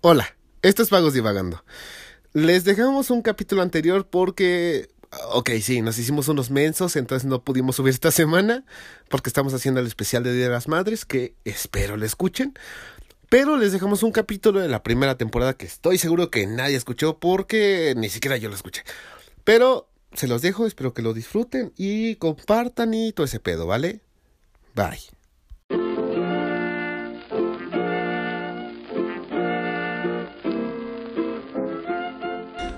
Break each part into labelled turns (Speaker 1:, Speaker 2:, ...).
Speaker 1: Hola, esto es Vagos Divagando. Les dejamos un capítulo anterior porque... Ok, sí, nos hicimos unos mensos, entonces no pudimos subir esta semana porque estamos haciendo el especial de Día de las Madres, que espero le escuchen. Pero les dejamos un capítulo de la primera temporada que estoy seguro que nadie escuchó porque ni siquiera yo lo escuché. Pero se los dejo, espero que lo disfruten y compartan y todo ese pedo, ¿vale? Bye.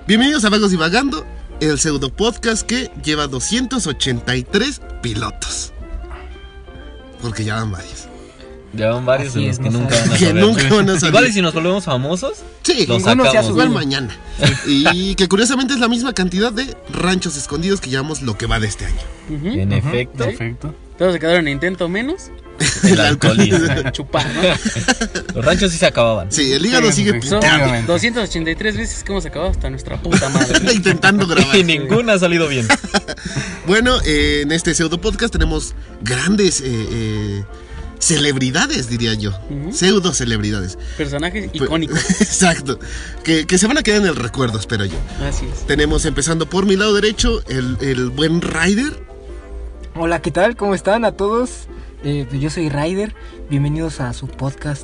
Speaker 1: Bienvenidos a Vagos Divagando, el pseudo podcast que lleva 283 pilotos. Porque ya van varios.
Speaker 2: Ya van varios
Speaker 3: Así
Speaker 2: de los
Speaker 3: es,
Speaker 2: que
Speaker 3: no
Speaker 2: nunca
Speaker 3: sabes.
Speaker 2: van a
Speaker 1: Que
Speaker 2: saber.
Speaker 1: nunca van a salir.
Speaker 2: Igual y si nos volvemos famosos,
Speaker 1: Sí,
Speaker 2: Los
Speaker 1: ninguno se ha
Speaker 2: sacamos.
Speaker 1: subido al mañana. Y que curiosamente es la misma cantidad de ranchos escondidos que llevamos lo que va de este año.
Speaker 3: Ujú.
Speaker 2: en efecto,
Speaker 4: Perfecto.
Speaker 3: Todos se quedaron en intento menos.
Speaker 2: el alcoholismo.
Speaker 3: Chupar, ¿no?
Speaker 2: Los ranchos sí se acababan.
Speaker 1: Sí, el hígado
Speaker 4: Sí,
Speaker 1: sigue
Speaker 4: sí.
Speaker 3: Son
Speaker 1: pintando,
Speaker 4: Obviamente.
Speaker 3: 283 veces que hemos acabado hasta nuestra puta madre.
Speaker 1: intentando grabar.
Speaker 2: Y ninguna ha salido bien.
Speaker 1: Bueno, eh, en este pseudo podcast tenemos grandes eh, eh, celebridades, diría yo.
Speaker 3: Ujú.
Speaker 1: Pseudo celebridades.
Speaker 3: Personajes icónicos.
Speaker 1: Exacto. Que, que se van a quedar en el recuerdo, espero yo.
Speaker 3: Así es.
Speaker 1: Tenemos empezando por mi lado derecho el, el buen Ryder.
Speaker 4: Hola, ¿qué tal? ¿Cómo están a todos? Eh, pues yo soy Ryder. Bienvenidos a su podcast.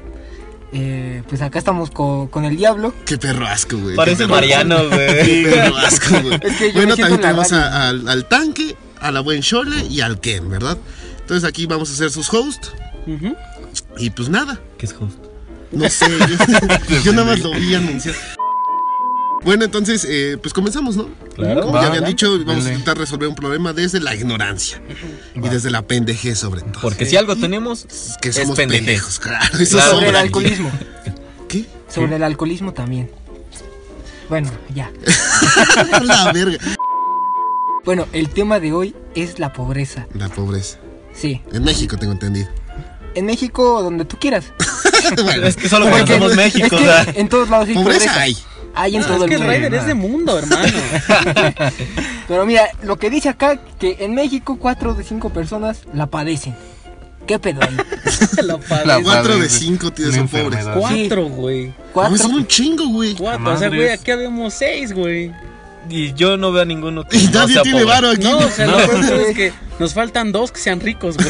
Speaker 4: Eh, pues acá estamos co- con el diablo.
Speaker 1: Qué perro asco, güey. Qué
Speaker 2: Parece
Speaker 1: perro-
Speaker 2: Mariano,
Speaker 1: Qué
Speaker 2: güey.
Speaker 1: perro asco, güey.
Speaker 4: Es que yo
Speaker 1: bueno,
Speaker 4: me siento
Speaker 1: también
Speaker 4: en la
Speaker 1: tenemos
Speaker 4: Bali.
Speaker 1: a- al, al tanque, a la buen Shole y al Ken, ¿verdad? Entonces aquí vamos a ser sus hosts.
Speaker 3: Ujú.
Speaker 1: Y pues nada,
Speaker 2: Que es justo.
Speaker 1: no sé. yo, yo nada más lo vi anunciar. Bueno, entonces, eh, pues comenzamos, ¿no?
Speaker 2: Claro.
Speaker 1: Como
Speaker 4: Va,
Speaker 1: ya habían
Speaker 4: va.
Speaker 1: dicho, vamos a
Speaker 4: Dale.
Speaker 1: intentar resolver un problema desde la ignorancia y desde la pendejez, sobre todo.
Speaker 2: Porque si algo tenemos,
Speaker 1: que
Speaker 2: es
Speaker 1: somos
Speaker 2: pendejez.
Speaker 1: pendejos, claro. Eso
Speaker 2: Claro.
Speaker 4: sobre el
Speaker 1: sobra.
Speaker 4: alcoholismo.
Speaker 1: ¿Qué?
Speaker 4: Sobre el alcoholismo también. Bueno, ya.
Speaker 1: la verga.
Speaker 4: Bueno, el tema de hoy es la pobreza.
Speaker 1: La pobreza.
Speaker 4: Sí.
Speaker 1: En México tengo entendido.
Speaker 4: En México, donde tú quieras.
Speaker 2: es que solo
Speaker 4: Porque-
Speaker 2: conocemos
Speaker 4: es
Speaker 2: México.
Speaker 4: que
Speaker 2: o sea,
Speaker 4: en todos lados hay
Speaker 1: Pobreza
Speaker 4: pobreza.
Speaker 1: hay.
Speaker 4: Hay en
Speaker 3: No,
Speaker 4: todo
Speaker 3: es
Speaker 4: el
Speaker 3: que el
Speaker 4: mundo.
Speaker 3: Raider es de mundo, hermano.
Speaker 4: Pero mira, lo que dice acá, que en México 4 de 5 personas la padecen. ¿Qué pedo ahí?
Speaker 1: La
Speaker 3: Lo padece.
Speaker 1: cuatro de
Speaker 4: padece.
Speaker 1: cinco tíos
Speaker 4: Una
Speaker 1: son pobres.
Speaker 4: enfermedad.
Speaker 3: Cuatro, güey.
Speaker 1: No,
Speaker 4: Cuatro.
Speaker 1: son un chingo, güey.
Speaker 3: Cuatro. O sea, güey,
Speaker 4: Madres.
Speaker 3: aquí habíamos seis, güey.
Speaker 2: Y yo no veo a ninguno que
Speaker 1: Y
Speaker 2: no
Speaker 1: nadie
Speaker 2: sea
Speaker 1: tiene
Speaker 2: pobre.
Speaker 1: varo aquí.
Speaker 3: No, o sea,
Speaker 2: No.
Speaker 3: lo peor es que nos faltan dos que sean ricos, güey.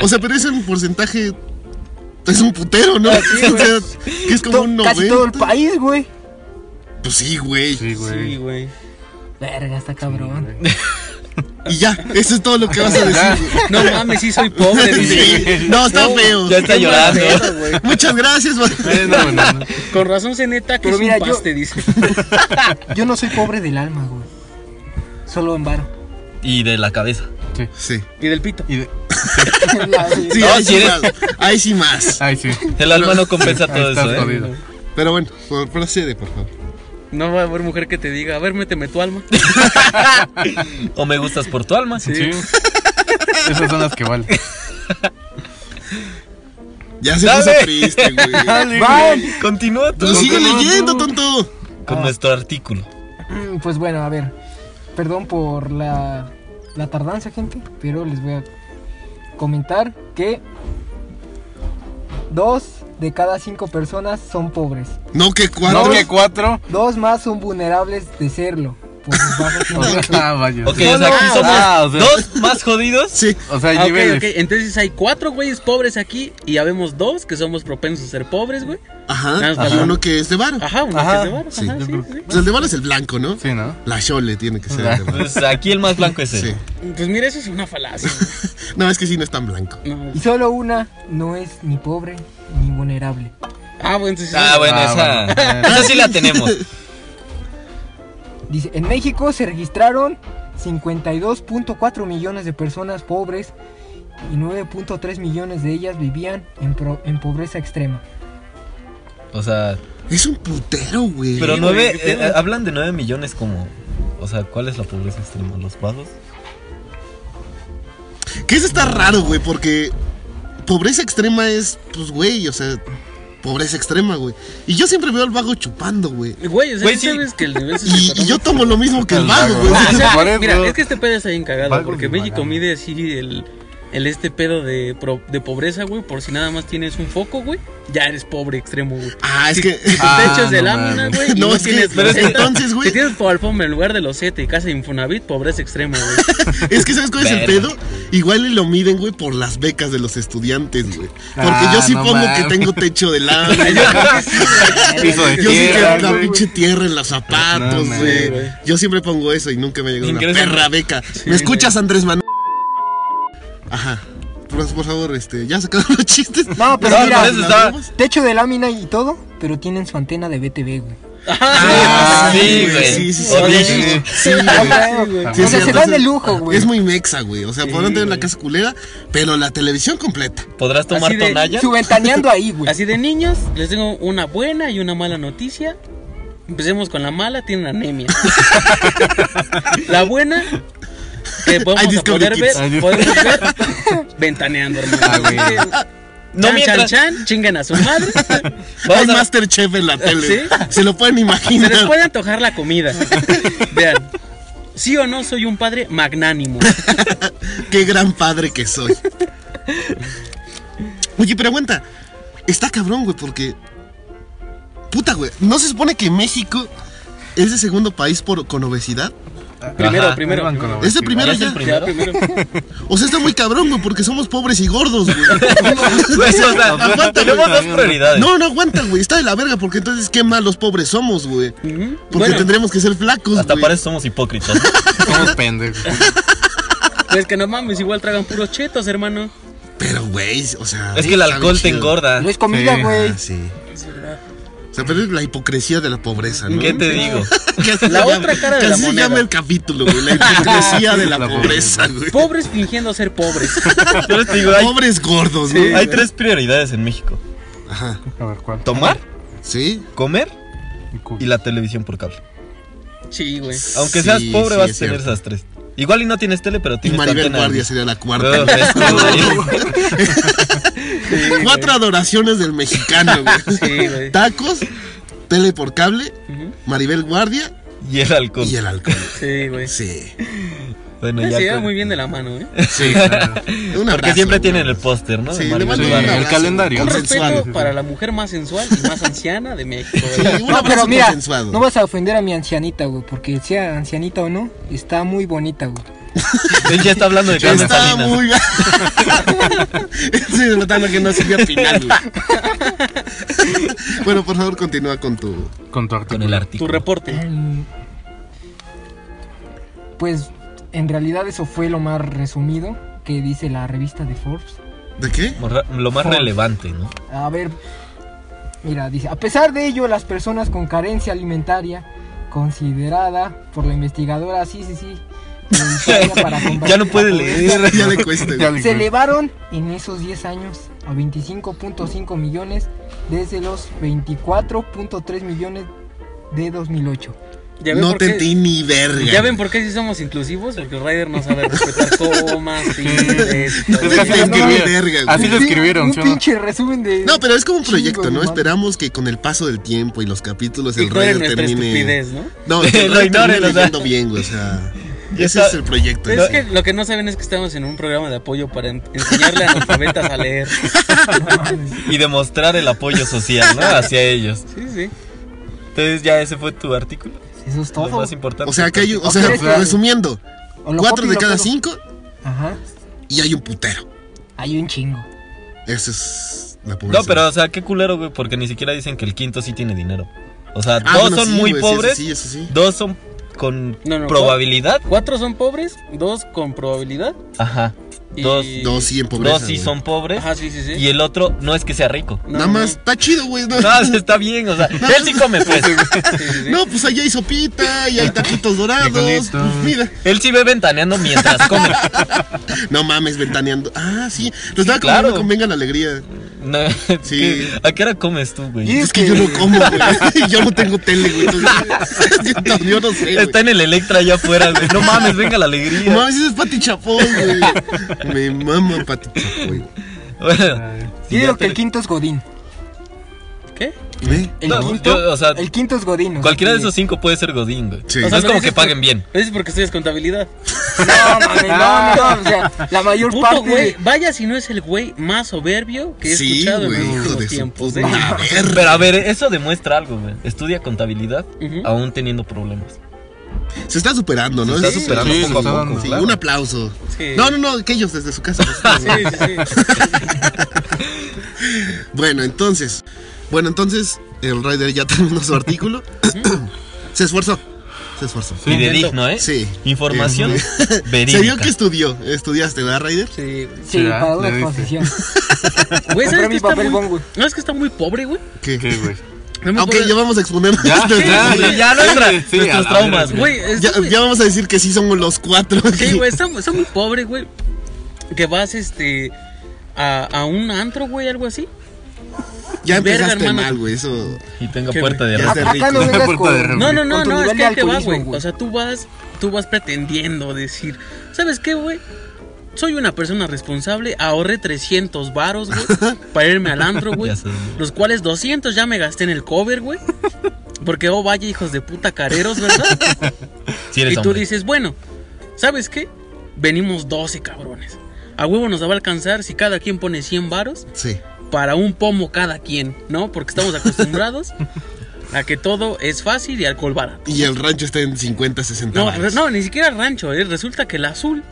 Speaker 1: O sea, pero es un porcentaje. Es un putero, ¿no?
Speaker 3: sí,
Speaker 1: o sea, que es como
Speaker 4: To-
Speaker 1: un 90.
Speaker 4: Casi todo el país, güey.
Speaker 1: Pues sí, güey.
Speaker 3: Sí, güey.
Speaker 4: Verga, está cabrón.
Speaker 1: Y ya, eso es todo lo que vas a decir. güey.
Speaker 3: No mames, sí soy pobre, dice.
Speaker 1: Sí. No, está
Speaker 3: No,
Speaker 1: feo.
Speaker 2: Ya está
Speaker 3: Qué mal
Speaker 2: llorando.
Speaker 3: pedo, güey.
Speaker 1: Muchas gracias, güey.
Speaker 3: Con razón se neta que
Speaker 4: Pero
Speaker 3: es un
Speaker 4: mira, yo-
Speaker 3: paste, dice.
Speaker 4: Yo no soy pobre del alma, güey. Solo en varo.
Speaker 2: Y de la cabeza.
Speaker 1: Sí.
Speaker 3: Y del pito.
Speaker 4: La-
Speaker 1: Sí,
Speaker 2: No,
Speaker 1: ahí
Speaker 2: si
Speaker 1: sí
Speaker 2: eres-
Speaker 1: más. Ahí sí más.
Speaker 5: Ay, sí.
Speaker 2: El alma no compensa todo
Speaker 5: Estás
Speaker 2: eso, ¿eh?
Speaker 5: jodido.
Speaker 1: Pero bueno, por- procede, por favor.
Speaker 3: No va a haber mujer que te diga, a ver, méteme tu alma.
Speaker 2: O me gustas por tu alma.
Speaker 5: Sí. Esas son las que valen.
Speaker 1: Ya se
Speaker 2: Dale.
Speaker 1: puso triste, güey.
Speaker 4: Van.
Speaker 2: Continúa tú
Speaker 1: Tú sigue
Speaker 4: no,
Speaker 1: leyendo,
Speaker 4: no.
Speaker 1: tonto.
Speaker 2: con nuestro artículo.
Speaker 4: Mm, Pues bueno, a ver. Perdón por la, la tardanza, gente. Pero les voy a comentar que dos de cada cinco personas son pobres.
Speaker 1: No, que
Speaker 5: ¿No
Speaker 1: cuatro.
Speaker 5: que cuatro?
Speaker 4: Dos más son vulnerables de serlo. Por sus bajos ingresos.
Speaker 5: Ah, vaya.
Speaker 2: Ok, o sea, aquí somos
Speaker 5: Ah, o sea-
Speaker 2: dos más jodidos.
Speaker 1: Sí.
Speaker 5: O sea,
Speaker 3: Ah, ok,
Speaker 5: niveles.
Speaker 3: ok. Entonces hay cuatro güeyes pobres aquí y ya vemos dos que somos propensos a ser pobres, güey.
Speaker 1: Ajá.
Speaker 3: Ah, está
Speaker 1: Y
Speaker 3: bien.
Speaker 1: uno que es de varo.
Speaker 3: Ajá, uno
Speaker 2: Ajá,
Speaker 3: que se va. Ajá,
Speaker 1: sí,
Speaker 3: sí,
Speaker 1: yo
Speaker 3: sí,
Speaker 5: creo
Speaker 1: Pues el de varo es el blanco, ¿no?
Speaker 5: Sí, ¿no?
Speaker 1: La Chole tiene que ser el de varo.
Speaker 2: Pues aquí el más blanco es él.
Speaker 1: Sí.
Speaker 3: Pues mira, eso es una falacia.
Speaker 1: No, es que sí no es tan blanco.
Speaker 3: güey. No.
Speaker 4: Y solo una no es ni pobre ni vulnerable.
Speaker 3: Ah, bueno, entonces.
Speaker 2: Ah, bueno,
Speaker 5: Ah,
Speaker 2: esa,
Speaker 5: bueno.
Speaker 2: esa sí la tenemos.
Speaker 4: Dice, en México se registraron 52.4 millones de personas pobres y 9.3 millones de ellas vivían en, pro- en pobreza extrema.
Speaker 2: O sea,
Speaker 1: Es un putero, güey.
Speaker 2: pero
Speaker 3: Sí,
Speaker 2: nueve,
Speaker 3: güey, qué pedo.
Speaker 2: eh, hablan de nueve millones como, o sea, ¿cuál es la pobreza extrema? ¿Los bajos?
Speaker 1: Que eso está raro, güey, porque pobreza extrema es, pues, güey, o sea, pobreza extrema, güey. Y yo siempre veo al vago chupando, güey.
Speaker 3: Güey, o sea,
Speaker 2: Güey,
Speaker 3: ¿tú
Speaker 2: sí.
Speaker 3: sabes que el nivel
Speaker 1: Y, y yo tomo lo mismo que el vago, güey.
Speaker 3: O sea,
Speaker 5: Por eso.
Speaker 3: mira, es que este pedo está bien cagado
Speaker 5: Vago
Speaker 3: porque
Speaker 5: y
Speaker 3: México
Speaker 5: vagabundo.
Speaker 3: mide así el. el este pedo de, pro- de pobreza, güey, por si nada más tienes un foco, güey, ya eres pobre extremo, güey.
Speaker 1: Ah, es que.
Speaker 3: Tus
Speaker 5: Ah,
Speaker 3: techos de
Speaker 5: no
Speaker 3: lámina,
Speaker 5: mames.
Speaker 3: güey. y
Speaker 1: No, es que-
Speaker 3: tienes
Speaker 1: pero es que
Speaker 3: los-
Speaker 1: entonces, güey.
Speaker 3: Si tienes tu alfombra en lugar de los siete y casa de Infonavit, pobreza extrema, güey.
Speaker 1: Es que, ¿sabes cuál es el
Speaker 2: Verga.
Speaker 1: pedo? Igual y lo miden, güey, por las becas de los estudiantes, güey. Porque
Speaker 5: Ah,
Speaker 1: yo sí
Speaker 5: no
Speaker 1: pongo que
Speaker 5: mames.
Speaker 1: tengo techo de lado.
Speaker 5: Piso de
Speaker 1: Yo sí que
Speaker 5: tierra,
Speaker 1: la
Speaker 5: güey.
Speaker 1: pinche tierra en los zapatos,
Speaker 5: No,
Speaker 1: güey.
Speaker 3: güey.
Speaker 1: Yo siempre pongo eso y nunca me llegó una
Speaker 2: Ingreso-
Speaker 1: perra beca. ¿Me escuchas, Andrés Manuel? Ajá. Por, por favor, este, ya se acabaron los chistes.
Speaker 4: No, pero
Speaker 1: ¿Ya
Speaker 4: mira,
Speaker 1: se acabaron los
Speaker 4: Techo de lámina y todo, pero tienen su antena de BTV, güey.
Speaker 2: Ah, sí,
Speaker 1: sí,
Speaker 2: güey.
Speaker 1: sí, sí, sí,
Speaker 2: Oye,
Speaker 1: sí,
Speaker 2: güey.
Speaker 1: sí,
Speaker 4: O
Speaker 1: Ah, güey.
Speaker 4: sea,
Speaker 5: Sí,
Speaker 1: Sí,
Speaker 4: o sea,
Speaker 1: es
Speaker 4: se
Speaker 1: cierto,
Speaker 4: dan
Speaker 1: es-
Speaker 4: el lujo, güey.
Speaker 1: ah, Es muy mexa, güey. O sea,
Speaker 3: Sí,
Speaker 1: podrán tener la
Speaker 3: güey.
Speaker 1: casa culera, pero la televisión completa.
Speaker 2: ¿Podrás tomar
Speaker 3: Así de-
Speaker 2: tonalla?
Speaker 4: Su ventaneando ahí, güey.
Speaker 3: Así de niños, les tengo una buena y una mala noticia. Empecemos con la mala, tienen anemia. la buena, que
Speaker 1: Ay,
Speaker 3: podemos a
Speaker 1: Discovery
Speaker 3: poder ver,
Speaker 1: Kids.
Speaker 5: Ay,
Speaker 3: podemos ver ventaneando,
Speaker 5: Ah,
Speaker 3: hermano.
Speaker 5: güey.
Speaker 2: No
Speaker 3: chan,
Speaker 2: mientras.
Speaker 3: chan, chan, chinguen a su madre.
Speaker 1: Hay
Speaker 2: Vamos a-
Speaker 1: Masterchef en la tele.
Speaker 3: ¿Sí?
Speaker 1: Se lo pueden
Speaker 3: Se
Speaker 1: imaginar.
Speaker 3: les puede antojar la comida. Vean. Sí o no, soy un padre magnánimo.
Speaker 1: Qué gran padre que soy. Oye, pero aguanta. Está cabrón, güey, porque. Puta, güey. ¿No se supone que México es el segundo país por, con obesidad?
Speaker 3: Primero,
Speaker 2: Ajá.
Speaker 3: primero.
Speaker 5: Ahí van con la
Speaker 1: Es el
Speaker 5: obesidad.
Speaker 1: primero
Speaker 2: ¿Es
Speaker 1: ya.
Speaker 2: el primero?
Speaker 1: O sea, está muy cabrón, güey, porque somos pobres y gordos, güey.
Speaker 2: Pues, o sea,
Speaker 1: Aguanta,
Speaker 2: tenemos
Speaker 1: güey.
Speaker 2: dos prioridades.
Speaker 1: No, no aguanta, güey. Está de la verga, porque entonces qué malos pobres somos, güey.
Speaker 3: Ujú.
Speaker 1: Porque
Speaker 3: Bueno,
Speaker 1: tendremos que ser flacos,
Speaker 2: Hasta
Speaker 1: güey.
Speaker 2: para eso somos hipócritas. ¿no?
Speaker 5: Somos pendejos.
Speaker 3: pues que no mames, igual tragan puros chetos, hermano.
Speaker 1: Pero, güey, o sea.
Speaker 2: es que el
Speaker 1: está
Speaker 2: alcohol
Speaker 1: bien
Speaker 2: te
Speaker 1: chido.
Speaker 2: engorda.
Speaker 4: No es comida,
Speaker 5: Sí.
Speaker 4: güey.
Speaker 1: Ah, sí. O sea, pero es la hipocresía de la pobreza, ¿no?
Speaker 2: ¿Qué te digo?
Speaker 1: Que así
Speaker 3: La
Speaker 1: se
Speaker 3: otra cara de
Speaker 1: que
Speaker 3: la
Speaker 1: así se
Speaker 3: moneda.
Speaker 1: llama el capítulo, güey. La hipocresía de la,
Speaker 5: La
Speaker 1: pobreza,
Speaker 5: pobreza.
Speaker 1: güey.
Speaker 3: Pobres fingiendo ser pobres.
Speaker 2: Yo les digo, hay,
Speaker 1: Pobres gordos, ¿no?
Speaker 2: hay tres prioridades en México:
Speaker 1: Ajá.
Speaker 5: A ver, ¿cuál?
Speaker 2: tomar,
Speaker 1: ¿Sí?
Speaker 2: comer
Speaker 5: El cubo.
Speaker 2: y la televisión por cable.
Speaker 3: Sí, güey.
Speaker 2: Aunque
Speaker 1: Sí,
Speaker 2: seas pobre,
Speaker 1: sí,
Speaker 2: vas a
Speaker 1: es
Speaker 2: tener
Speaker 1: cierto.
Speaker 2: esas tres. Igual y no tienes tele, pero
Speaker 1: Y
Speaker 2: tienes
Speaker 1: Maribel
Speaker 2: antena.
Speaker 1: Guardia sería la
Speaker 2: Oh,
Speaker 1: cuarta.
Speaker 2: es-
Speaker 1: Cuatro adoraciones del mexicano, güey.
Speaker 3: Sí, güey.
Speaker 1: Tacos, tele por cable,
Speaker 3: Ujú.
Speaker 1: Maribel Guardia
Speaker 2: y el alcohol.
Speaker 1: y el alcohol.
Speaker 3: Sí, güey.
Speaker 1: Sí.
Speaker 2: Bueno,
Speaker 3: Se
Speaker 2: ya
Speaker 3: lleva
Speaker 2: con-
Speaker 3: muy bien de la mano, ¿eh?
Speaker 5: Sí, claro.
Speaker 1: Un
Speaker 2: Porque
Speaker 1: abrazo,
Speaker 2: siempre
Speaker 1: güey.
Speaker 2: tienen el póster, ¿no?
Speaker 1: Sí,
Speaker 2: De
Speaker 1: le
Speaker 2: Maribel
Speaker 1: mando un
Speaker 5: Sí,
Speaker 2: Guardia.
Speaker 5: el
Speaker 1: abrazo
Speaker 5: calendario.
Speaker 3: Un
Speaker 1: consensuado.
Speaker 3: respeto para la mujer más sensual y más anciana de México, güey.
Speaker 1: Sí, un
Speaker 4: No, pero
Speaker 1: abrazo
Speaker 4: mira,
Speaker 1: consensuado.
Speaker 4: no vas a ofender a mi ancianita, güey, porque sea ancianita o no, está muy bonita, güey.
Speaker 2: Él ya está hablando de Carmen
Speaker 1: Está
Speaker 2: Salinas.
Speaker 1: muy bien. Sí, notando que no sirvió al final. güey. bueno, por favor, continúa con tu.
Speaker 5: Con tu
Speaker 2: Con
Speaker 5: artículo.
Speaker 2: el
Speaker 3: Tu
Speaker 2: artículo.
Speaker 3: reporte.
Speaker 4: Mm. Pues en realidad eso fue lo más resumido que dice la revista de Forbes.
Speaker 1: ¿De qué?
Speaker 2: Morra- Lo más relevante, ¿no?
Speaker 4: A ver, mira, dice, a pesar de ello, las personas con carencia alimentaria, considerada por la investigadora, sí, sí, sí, prioritaria para combatir
Speaker 2: Ya no puede
Speaker 4: la pobreza,
Speaker 2: leer.
Speaker 1: Ya le cuesta. güey.
Speaker 5: Ya le-
Speaker 4: Se elevaron en esos 10 años a 25.5 millones desde los 24.3 millones de 2008.
Speaker 3: Ya ven
Speaker 1: No
Speaker 3: por
Speaker 1: te
Speaker 3: qué-
Speaker 1: entendí ni verga.
Speaker 3: Ya ven por qué sí somos inclusivos, porque el Rider no sabe respetar comas, tildes,
Speaker 1: No
Speaker 3: todo
Speaker 1: te
Speaker 3: eso.
Speaker 5: Es que así
Speaker 1: entendí
Speaker 5: lo
Speaker 1: ni
Speaker 5: escribieron.
Speaker 1: verga, güey.
Speaker 5: Así lo
Speaker 4: Sí,
Speaker 5: escribieron,
Speaker 4: Un
Speaker 5: ¿sí o no?
Speaker 4: pinche resumen de...
Speaker 1: No, pero es como un proyecto,
Speaker 4: Chingo,
Speaker 1: ¿no?
Speaker 4: no mames.
Speaker 1: Esperamos que con el paso del tiempo y los capítulos
Speaker 3: Y
Speaker 1: el
Speaker 3: tú eres
Speaker 1: rayo
Speaker 3: nuestra
Speaker 1: termine.
Speaker 3: estupidez, ¿no?
Speaker 1: No, que el
Speaker 2: Lo
Speaker 1: rayo
Speaker 2: ignoren,
Speaker 1: termine
Speaker 2: o sea.
Speaker 1: leyendo bien, güey. O sea, ese
Speaker 2: Ya está.
Speaker 1: es el proyecto.
Speaker 3: Es que lo que no saben es que estamos en un programa de apoyo para en- enseñarle a analfabetas a leer.
Speaker 2: Y demostrar el apoyo social, ¿no? Hacia ellos.
Speaker 3: Sí, sí.
Speaker 2: Entonces ya ese fue tu artículo.
Speaker 4: Eso es
Speaker 2: Lo
Speaker 4: todo.
Speaker 2: más importante.
Speaker 1: O sea, que hay, un- o sea,
Speaker 4: ¿quieres que-
Speaker 1: resumiendo,
Speaker 4: O lo
Speaker 1: cuatro
Speaker 4: copio y
Speaker 1: de
Speaker 4: lo
Speaker 1: cada
Speaker 4: pego.
Speaker 1: cinco
Speaker 4: Ajá.
Speaker 1: y hay un putero.
Speaker 4: Hay un chingo.
Speaker 1: Esa es la pobreza.
Speaker 2: No, pero o sea, qué culero, güey, porque ni siquiera dicen que el quinto sí tiene dinero. O sea,
Speaker 1: Ah,
Speaker 2: dos
Speaker 1: bueno,
Speaker 2: son
Speaker 1: sí,
Speaker 2: muy
Speaker 1: güey, sí,
Speaker 2: pobres,
Speaker 1: Sí, eso sí.
Speaker 2: dos son con
Speaker 3: No, no,
Speaker 2: probabilidad.
Speaker 3: Cuatro son pobres, dos con probabilidad.
Speaker 2: Ajá.
Speaker 3: Y...
Speaker 2: Dos-
Speaker 1: Dos sí en pobreza.
Speaker 2: Dos sí
Speaker 1: güey.
Speaker 2: son pobres
Speaker 3: Ajá, sí, sí, sí.
Speaker 2: y el otro no es que sea rico.
Speaker 3: No,
Speaker 1: Nada
Speaker 3: no,
Speaker 1: más, está chido, güey. No,
Speaker 2: No, está bien, o sea, él sí come pues.
Speaker 3: no, sí, sí, sí.
Speaker 1: No, pues allá hay sopita y hay taquitos dorados.
Speaker 5: Frijolitos.
Speaker 1: Pues mira.
Speaker 2: Él sí ve ventaneando mientras come.
Speaker 1: No mames, ventaneando. Ah, sí. Lo estaba
Speaker 2: claro.
Speaker 1: comiendo con Venga la Alegría.
Speaker 2: No,
Speaker 1: Sí.
Speaker 2: ¿qué- ¿A qué hora comes tú, güey?
Speaker 1: Es que yo no como, güey. Yo no tengo tele, güey. Entonces, yo, no, yo no sé,
Speaker 2: Está
Speaker 1: güey.
Speaker 2: en el Electra allá afuera, güey. No mames, venga la alegría.
Speaker 1: No mames, ese es Pati Chapoy, güey. Me mama Pati Chapoy.
Speaker 2: Bueno,
Speaker 5: Ay,
Speaker 2: si ya
Speaker 4: Yo digo que
Speaker 2: te-
Speaker 4: el quinto es Godín.
Speaker 3: ¿Qué?
Speaker 1: ¿Eh?
Speaker 4: El,
Speaker 2: No,
Speaker 4: quinto,
Speaker 2: yo, o sea,
Speaker 4: el quinto es Godín. o sea,
Speaker 2: cualquiera de
Speaker 4: que-
Speaker 2: esos cinco puede ser Godín, güey.
Speaker 1: Sí.
Speaker 2: No
Speaker 1: O sea,
Speaker 2: es
Speaker 3: lo
Speaker 2: como
Speaker 3: dices
Speaker 2: que
Speaker 3: por-
Speaker 2: paguen bien.
Speaker 3: Lo dices porque estudias contabilidad.
Speaker 4: No, mames, no, no,
Speaker 2: Ah.
Speaker 4: o sea, la mayor
Speaker 3: Puto
Speaker 4: parte
Speaker 3: güey,
Speaker 4: de-
Speaker 3: vaya si no es el güey más soberbio que he
Speaker 1: Sí,
Speaker 3: escuchado
Speaker 1: güey,
Speaker 3: en los
Speaker 1: hijo
Speaker 3: últimos
Speaker 1: de su
Speaker 3: tiempos.
Speaker 1: puta
Speaker 3: ¿eh?
Speaker 1: madre.
Speaker 2: Pero a ver, eso demuestra algo, güey. Estudia contabilidad
Speaker 3: Ujú.
Speaker 2: aún teniendo problemas.
Speaker 1: Se está superando, ¿no?
Speaker 2: Se está
Speaker 1: Sí,
Speaker 2: superando
Speaker 5: sí,
Speaker 2: poco
Speaker 5: se
Speaker 2: a
Speaker 5: está
Speaker 2: poco.
Speaker 5: dando.
Speaker 1: sí,
Speaker 2: claro.
Speaker 1: un aplauso.
Speaker 3: Sí.
Speaker 1: No, no, no, que ellos desde su casa.
Speaker 3: Sí, sí, sí.
Speaker 1: Bueno, entonces. Bueno, entonces el Rider ya terminó su artículo. se esforzó. Se esforzó.
Speaker 2: Y de
Speaker 3: Intento.
Speaker 2: digno, ¿eh?
Speaker 1: Sí. Eh,
Speaker 2: Información
Speaker 1: Se vio
Speaker 2: verídica.
Speaker 1: que estudió. Estudiaste, ¿verdad, Rider?
Speaker 3: Sí, güey.
Speaker 4: Sí,
Speaker 5: Sí,
Speaker 4: para
Speaker 5: ¿verdad?
Speaker 4: una
Speaker 5: Le diste.
Speaker 4: exposición.
Speaker 3: Güey,
Speaker 4: Compré
Speaker 3: ¿sabes
Speaker 4: mi
Speaker 3: que está
Speaker 4: papel
Speaker 3: muy...
Speaker 4: bond, güey.
Speaker 3: ¿No es que está muy pobre, güey?
Speaker 1: ¿Qué?
Speaker 5: ¿Qué, güey?
Speaker 3: Está muy
Speaker 1: Ok,
Speaker 3: pobre.
Speaker 1: ya vamos a exponer.
Speaker 5: Ya, ya,
Speaker 2: Sí,
Speaker 5: ya,
Speaker 2: ya nuestra-
Speaker 5: sí,
Speaker 2: nuestros
Speaker 5: a la
Speaker 2: traumas,
Speaker 5: verga.
Speaker 3: Güey, está
Speaker 1: Ya,
Speaker 3: muy-
Speaker 1: ya vamos a decir que sí somos los cuatro.
Speaker 3: Sí, pues, güey, está, está muy pobre, güey. Que vas, este, a, a un antro, güey, algo así.
Speaker 1: Ya
Speaker 3: Verga,
Speaker 1: empezaste
Speaker 3: hermano.
Speaker 1: mal, güey. Eso.
Speaker 2: Y tengo
Speaker 3: Qué
Speaker 2: puerta de
Speaker 1: Ya
Speaker 2: rato.
Speaker 1: está rico.
Speaker 4: Acá no
Speaker 5: La
Speaker 4: vengas
Speaker 5: puerta de
Speaker 4: con...
Speaker 5: remo.
Speaker 3: No, no, no,
Speaker 4: con tu
Speaker 3: no, es
Speaker 4: nivel
Speaker 3: que
Speaker 4: de
Speaker 3: ahí te va,
Speaker 4: alcoholismo,
Speaker 3: güey. O sea, tú vas, tú vas pretendiendo decir, ¿sabes qué, güey? Soy una persona responsable, ahorré 300 varos, güey, para irme al antro, güey.
Speaker 2: Ya sé.
Speaker 3: Los cuales 200 ya me gasté en el cover, güey. Porque, oh, vaya hijos de puta careros, ¿verdad?
Speaker 2: Si
Speaker 3: Y
Speaker 2: eres
Speaker 3: tú
Speaker 2: hombre.
Speaker 3: dices, bueno, ¿sabes qué? Venimos 12 cabrones. A huevo nos va a alcanzar si cada quien pone 100 varos
Speaker 1: Sí.
Speaker 3: para un pomo cada quien, ¿no? Porque estamos acostumbrados a que todo es fácil y alcohol barato.
Speaker 1: Y el rancho está en 50, 60.
Speaker 3: No,
Speaker 1: baros.
Speaker 3: no, ni siquiera rancho, ¿eh? Resulta que el azul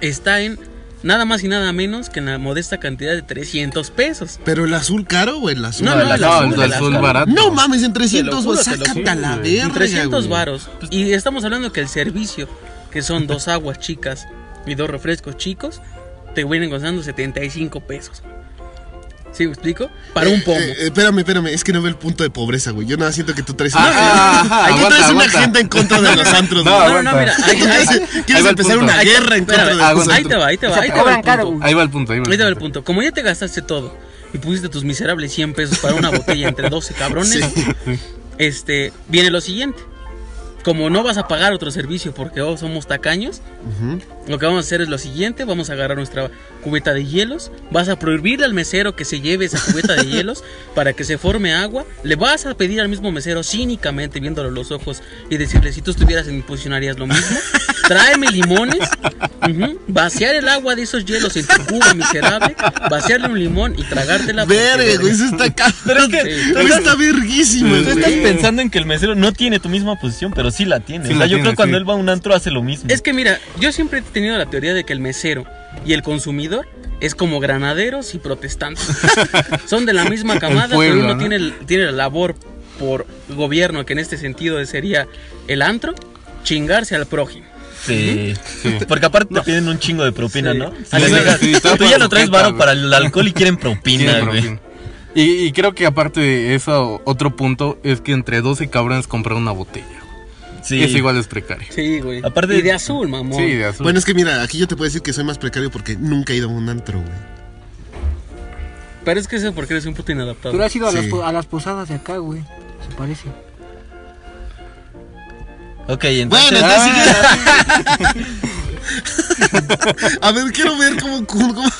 Speaker 3: está en nada más y nada menos que en la modesta cantidad de 300 pesos.
Speaker 1: ¿Pero el azul caro o el azul?
Speaker 3: No,
Speaker 1: barato?
Speaker 5: No, el azul,
Speaker 3: el azul.
Speaker 5: barato.
Speaker 1: No mames, en 300,
Speaker 3: juro,
Speaker 1: güey.
Speaker 3: te lo
Speaker 1: Sácate a
Speaker 5: juro,
Speaker 1: la
Speaker 5: güey.
Speaker 1: verga.
Speaker 3: 300
Speaker 1: güey.
Speaker 3: varos. Y estamos hablando que el servicio, que son dos aguas chicas y dos refrescos chicos, te vienen costando 75 pesos. ¿Sí me explico? Para un pomo.
Speaker 1: Eh, eh, espérame, espérame, es que no veo el punto de pobreza, güey. Yo nada siento que tú traes una,
Speaker 5: Ah,
Speaker 1: tú
Speaker 5: ah, aguanta,
Speaker 1: traes una
Speaker 5: aguanta.
Speaker 1: agenda en contra de los antros,
Speaker 5: No,
Speaker 1: güey.
Speaker 3: No, no, no, mira, ahí, ahí-
Speaker 1: Quieres-
Speaker 5: ahí
Speaker 1: Quieres
Speaker 5: va el
Speaker 1: empezar
Speaker 5: punto.
Speaker 1: una
Speaker 3: ahí-
Speaker 1: guerra en contra de
Speaker 3: espérame,
Speaker 1: los
Speaker 3: ahí
Speaker 1: antros.
Speaker 3: te va, ahí te
Speaker 4: O
Speaker 3: va,
Speaker 4: sea,
Speaker 3: ahí
Speaker 4: te
Speaker 3: te va el
Speaker 4: cobran caro,
Speaker 3: punto.
Speaker 4: güey.
Speaker 5: Ahí va el punto, ahí va el
Speaker 3: Ahí te va el
Speaker 5: punto.
Speaker 3: punto. Como ya te gastaste todo y pusiste tus miserables 100 pesos para una botella entre 12 cabrones, este, viene lo siguiente. Como no vas a pagar otro servicio porque oh, somos tacaños, lo que vamos a hacer es lo siguiente, vamos a agarrar nuestra cubeta de hielos, vas a prohibirle al mesero que se lleve esa cubeta de hielos para que se forme agua, le vas a pedir al mismo mesero cínicamente viéndolo a los ojos y decirle, si tú estuvieras en mi posición harías lo mismo, tráeme limones, ujú, vaciar el agua de esos hielos en tu cuba miserable, vaciarle un limón y tragártela. porque,
Speaker 1: Verga, güey, eso está
Speaker 2: Pero
Speaker 1: cabrón.
Speaker 2: es que-
Speaker 1: Güey, está verguísima,
Speaker 5: Pues
Speaker 2: Tú estás
Speaker 1: güey.
Speaker 2: pensando en que el mesero no tiene tu misma posición, pero sí la tiene.
Speaker 5: Sí
Speaker 2: o sea,
Speaker 5: la
Speaker 2: yo
Speaker 5: tiene,
Speaker 2: creo que cuando
Speaker 5: sí.
Speaker 2: él va a un antro hace lo mismo.
Speaker 3: Es que mira, yo siempre he tenido la teoría de que el mesero y el consumidor es como granaderos y protestantes. Son de la misma camada,
Speaker 5: pueblo,
Speaker 3: pero uno
Speaker 5: ¿no?
Speaker 3: tiene, tiene la labor por gobierno, que en este sentido sería el antro, chingarse al prójimo.
Speaker 2: Sí. Porque aparte te piden un chingo de propina,
Speaker 3: Sí.
Speaker 2: ¿no?
Speaker 5: Sí,
Speaker 2: Les
Speaker 5: sí,
Speaker 2: dejas-
Speaker 5: sí, todo
Speaker 2: tú ya
Speaker 5: por
Speaker 2: no traes
Speaker 5: propina,
Speaker 2: varo
Speaker 5: güey.
Speaker 2: para el alcohol y quieren
Speaker 5: Sí,
Speaker 2: propina,
Speaker 5: pero
Speaker 2: güey.
Speaker 5: fin. Y, y creo que aparte de eso, otro punto es que entre 12 cabrones comprar una botella.
Speaker 2: Sí.
Speaker 5: Es igual es precario.
Speaker 3: Sí, güey.
Speaker 2: Aparte-
Speaker 3: y de azul, mamón.
Speaker 5: Sí, de azul.
Speaker 1: Bueno, es que mira, aquí yo te puedo decir que soy más precario porque nunca he ido a un antro, güey.
Speaker 3: Pero es que eso es porque eres un puto
Speaker 4: Tú no
Speaker 3: inadaptado.
Speaker 4: has ido a, las,
Speaker 1: Sí.
Speaker 4: po- a las posadas de acá, güey. Se parece.
Speaker 2: Ok, entonces.
Speaker 5: Ah.
Speaker 1: Bueno, entonces A ver, quiero ver cómo, cómo, cómo-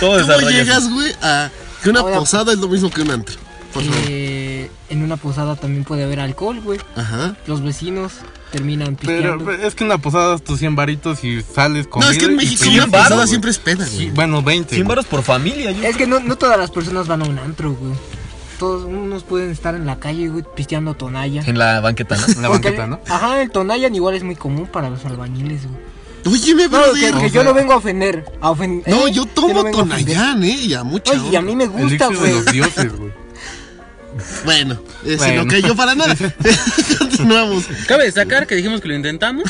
Speaker 1: cómo
Speaker 2: desarrollas?
Speaker 1: llegas, güey, a que una
Speaker 4: Ahora-
Speaker 1: posada es lo mismo que un antro. Por favor.
Speaker 4: Eh, en una posada también puede haber alcohol, güey.
Speaker 5: eh,
Speaker 1: Ajá.
Speaker 4: Los vecinos terminan
Speaker 5: Pero pues,
Speaker 4: pisteando.
Speaker 5: pero es que en la posada das tus 100 varitos y sales con.
Speaker 1: No, es que en México
Speaker 2: cien
Speaker 1: una
Speaker 2: varos,
Speaker 1: posada
Speaker 2: güey.
Speaker 1: siempre es peda, güey.
Speaker 5: bueno, 20.
Speaker 2: 100
Speaker 5: güey.
Speaker 2: varos por familia, yo.
Speaker 4: Es que no, no todas las personas van a un antro, güey. Todos unos pueden estar en la calle, güey, pisteando tonalla.
Speaker 2: En la banqueta, ¿no?
Speaker 5: En la
Speaker 4: Porque-
Speaker 5: banqueta, ¿no?
Speaker 4: Ajá, el Tonayan igual es muy común para los albañiles, güey.
Speaker 1: Oye, me
Speaker 4: No, que, que
Speaker 1: brother.
Speaker 4: yo no vengo a ofender. A ofen-
Speaker 1: No,
Speaker 4: ¿eh?
Speaker 1: yo
Speaker 4: no
Speaker 1: tomo
Speaker 4: vengo a ofender.
Speaker 1: Tonayán, ¿eh? Y a mucha
Speaker 4: Oye, y a
Speaker 1: honra.
Speaker 4: mí me
Speaker 5: El
Speaker 4: gusta,
Speaker 5: elixir de
Speaker 4: güey.
Speaker 5: los dioses, güey.
Speaker 1: Bueno, ese
Speaker 5: Bueno.
Speaker 1: no cayó para nada. Continuamos.
Speaker 3: Cabe destacar que dijimos que lo intentamos.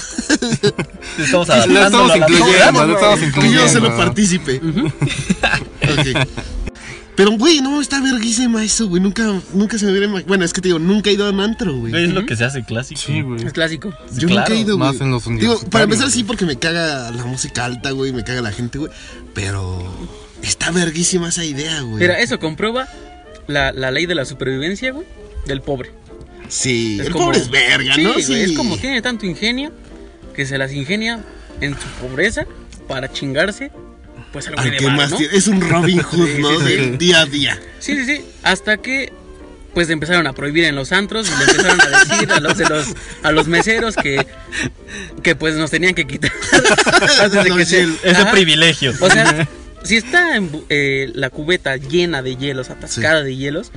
Speaker 2: Estamos
Speaker 5: Lo
Speaker 2: adaptando.
Speaker 5: estamos incluyendo, lo estamos
Speaker 1: Que yo se
Speaker 5: incluyendo.
Speaker 1: lo partícipe. Ok. Pero, güey, no, está verguísima eso, güey. Nunca, nunca se me hubiera imaginado. Bueno, es que te digo, nunca he ido a un antro, güey.
Speaker 2: Es lo que se hace clásico.
Speaker 5: Sí, güey.
Speaker 3: Es clásico.
Speaker 1: Yo nunca he
Speaker 2: claro,
Speaker 1: ido, güey.
Speaker 5: más en los
Speaker 1: Digo, para
Speaker 5: universitarios,
Speaker 1: empezar, sí,
Speaker 5: güey.
Speaker 1: porque me caga la música alta, güey. Me caga la gente, güey. Pero está verguísima esa idea, güey.
Speaker 3: Mira, eso comprueba la, la ley de la supervivencia, güey, del pobre.
Speaker 1: Sí,
Speaker 3: Es
Speaker 1: el
Speaker 3: como-
Speaker 1: pobre es verga,
Speaker 3: Sí,
Speaker 1: ¿no?
Speaker 3: güey,
Speaker 1: Sí,
Speaker 3: Es como tiene tanto ingenio que se las ingenia en su pobreza para chingarse, pues algo
Speaker 1: Al
Speaker 3: de
Speaker 1: que
Speaker 3: varo,
Speaker 1: más
Speaker 3: ¿no?
Speaker 1: tiene- Es un Robin Hood,
Speaker 3: Sí,
Speaker 1: ¿no?
Speaker 3: sí, sí.
Speaker 1: Del día a día.
Speaker 3: Sí, sí, sí. Hasta que después empezaron a prohibir en los antros y le empezaron a decir a los, de los, a los meseros que, que pues nos tenían que quitar. antes de que se-
Speaker 2: Ese
Speaker 3: Ajá.
Speaker 2: privilegio.
Speaker 3: O sea, si está en bu- eh, la cubeta llena de hielos, atascada de hielos,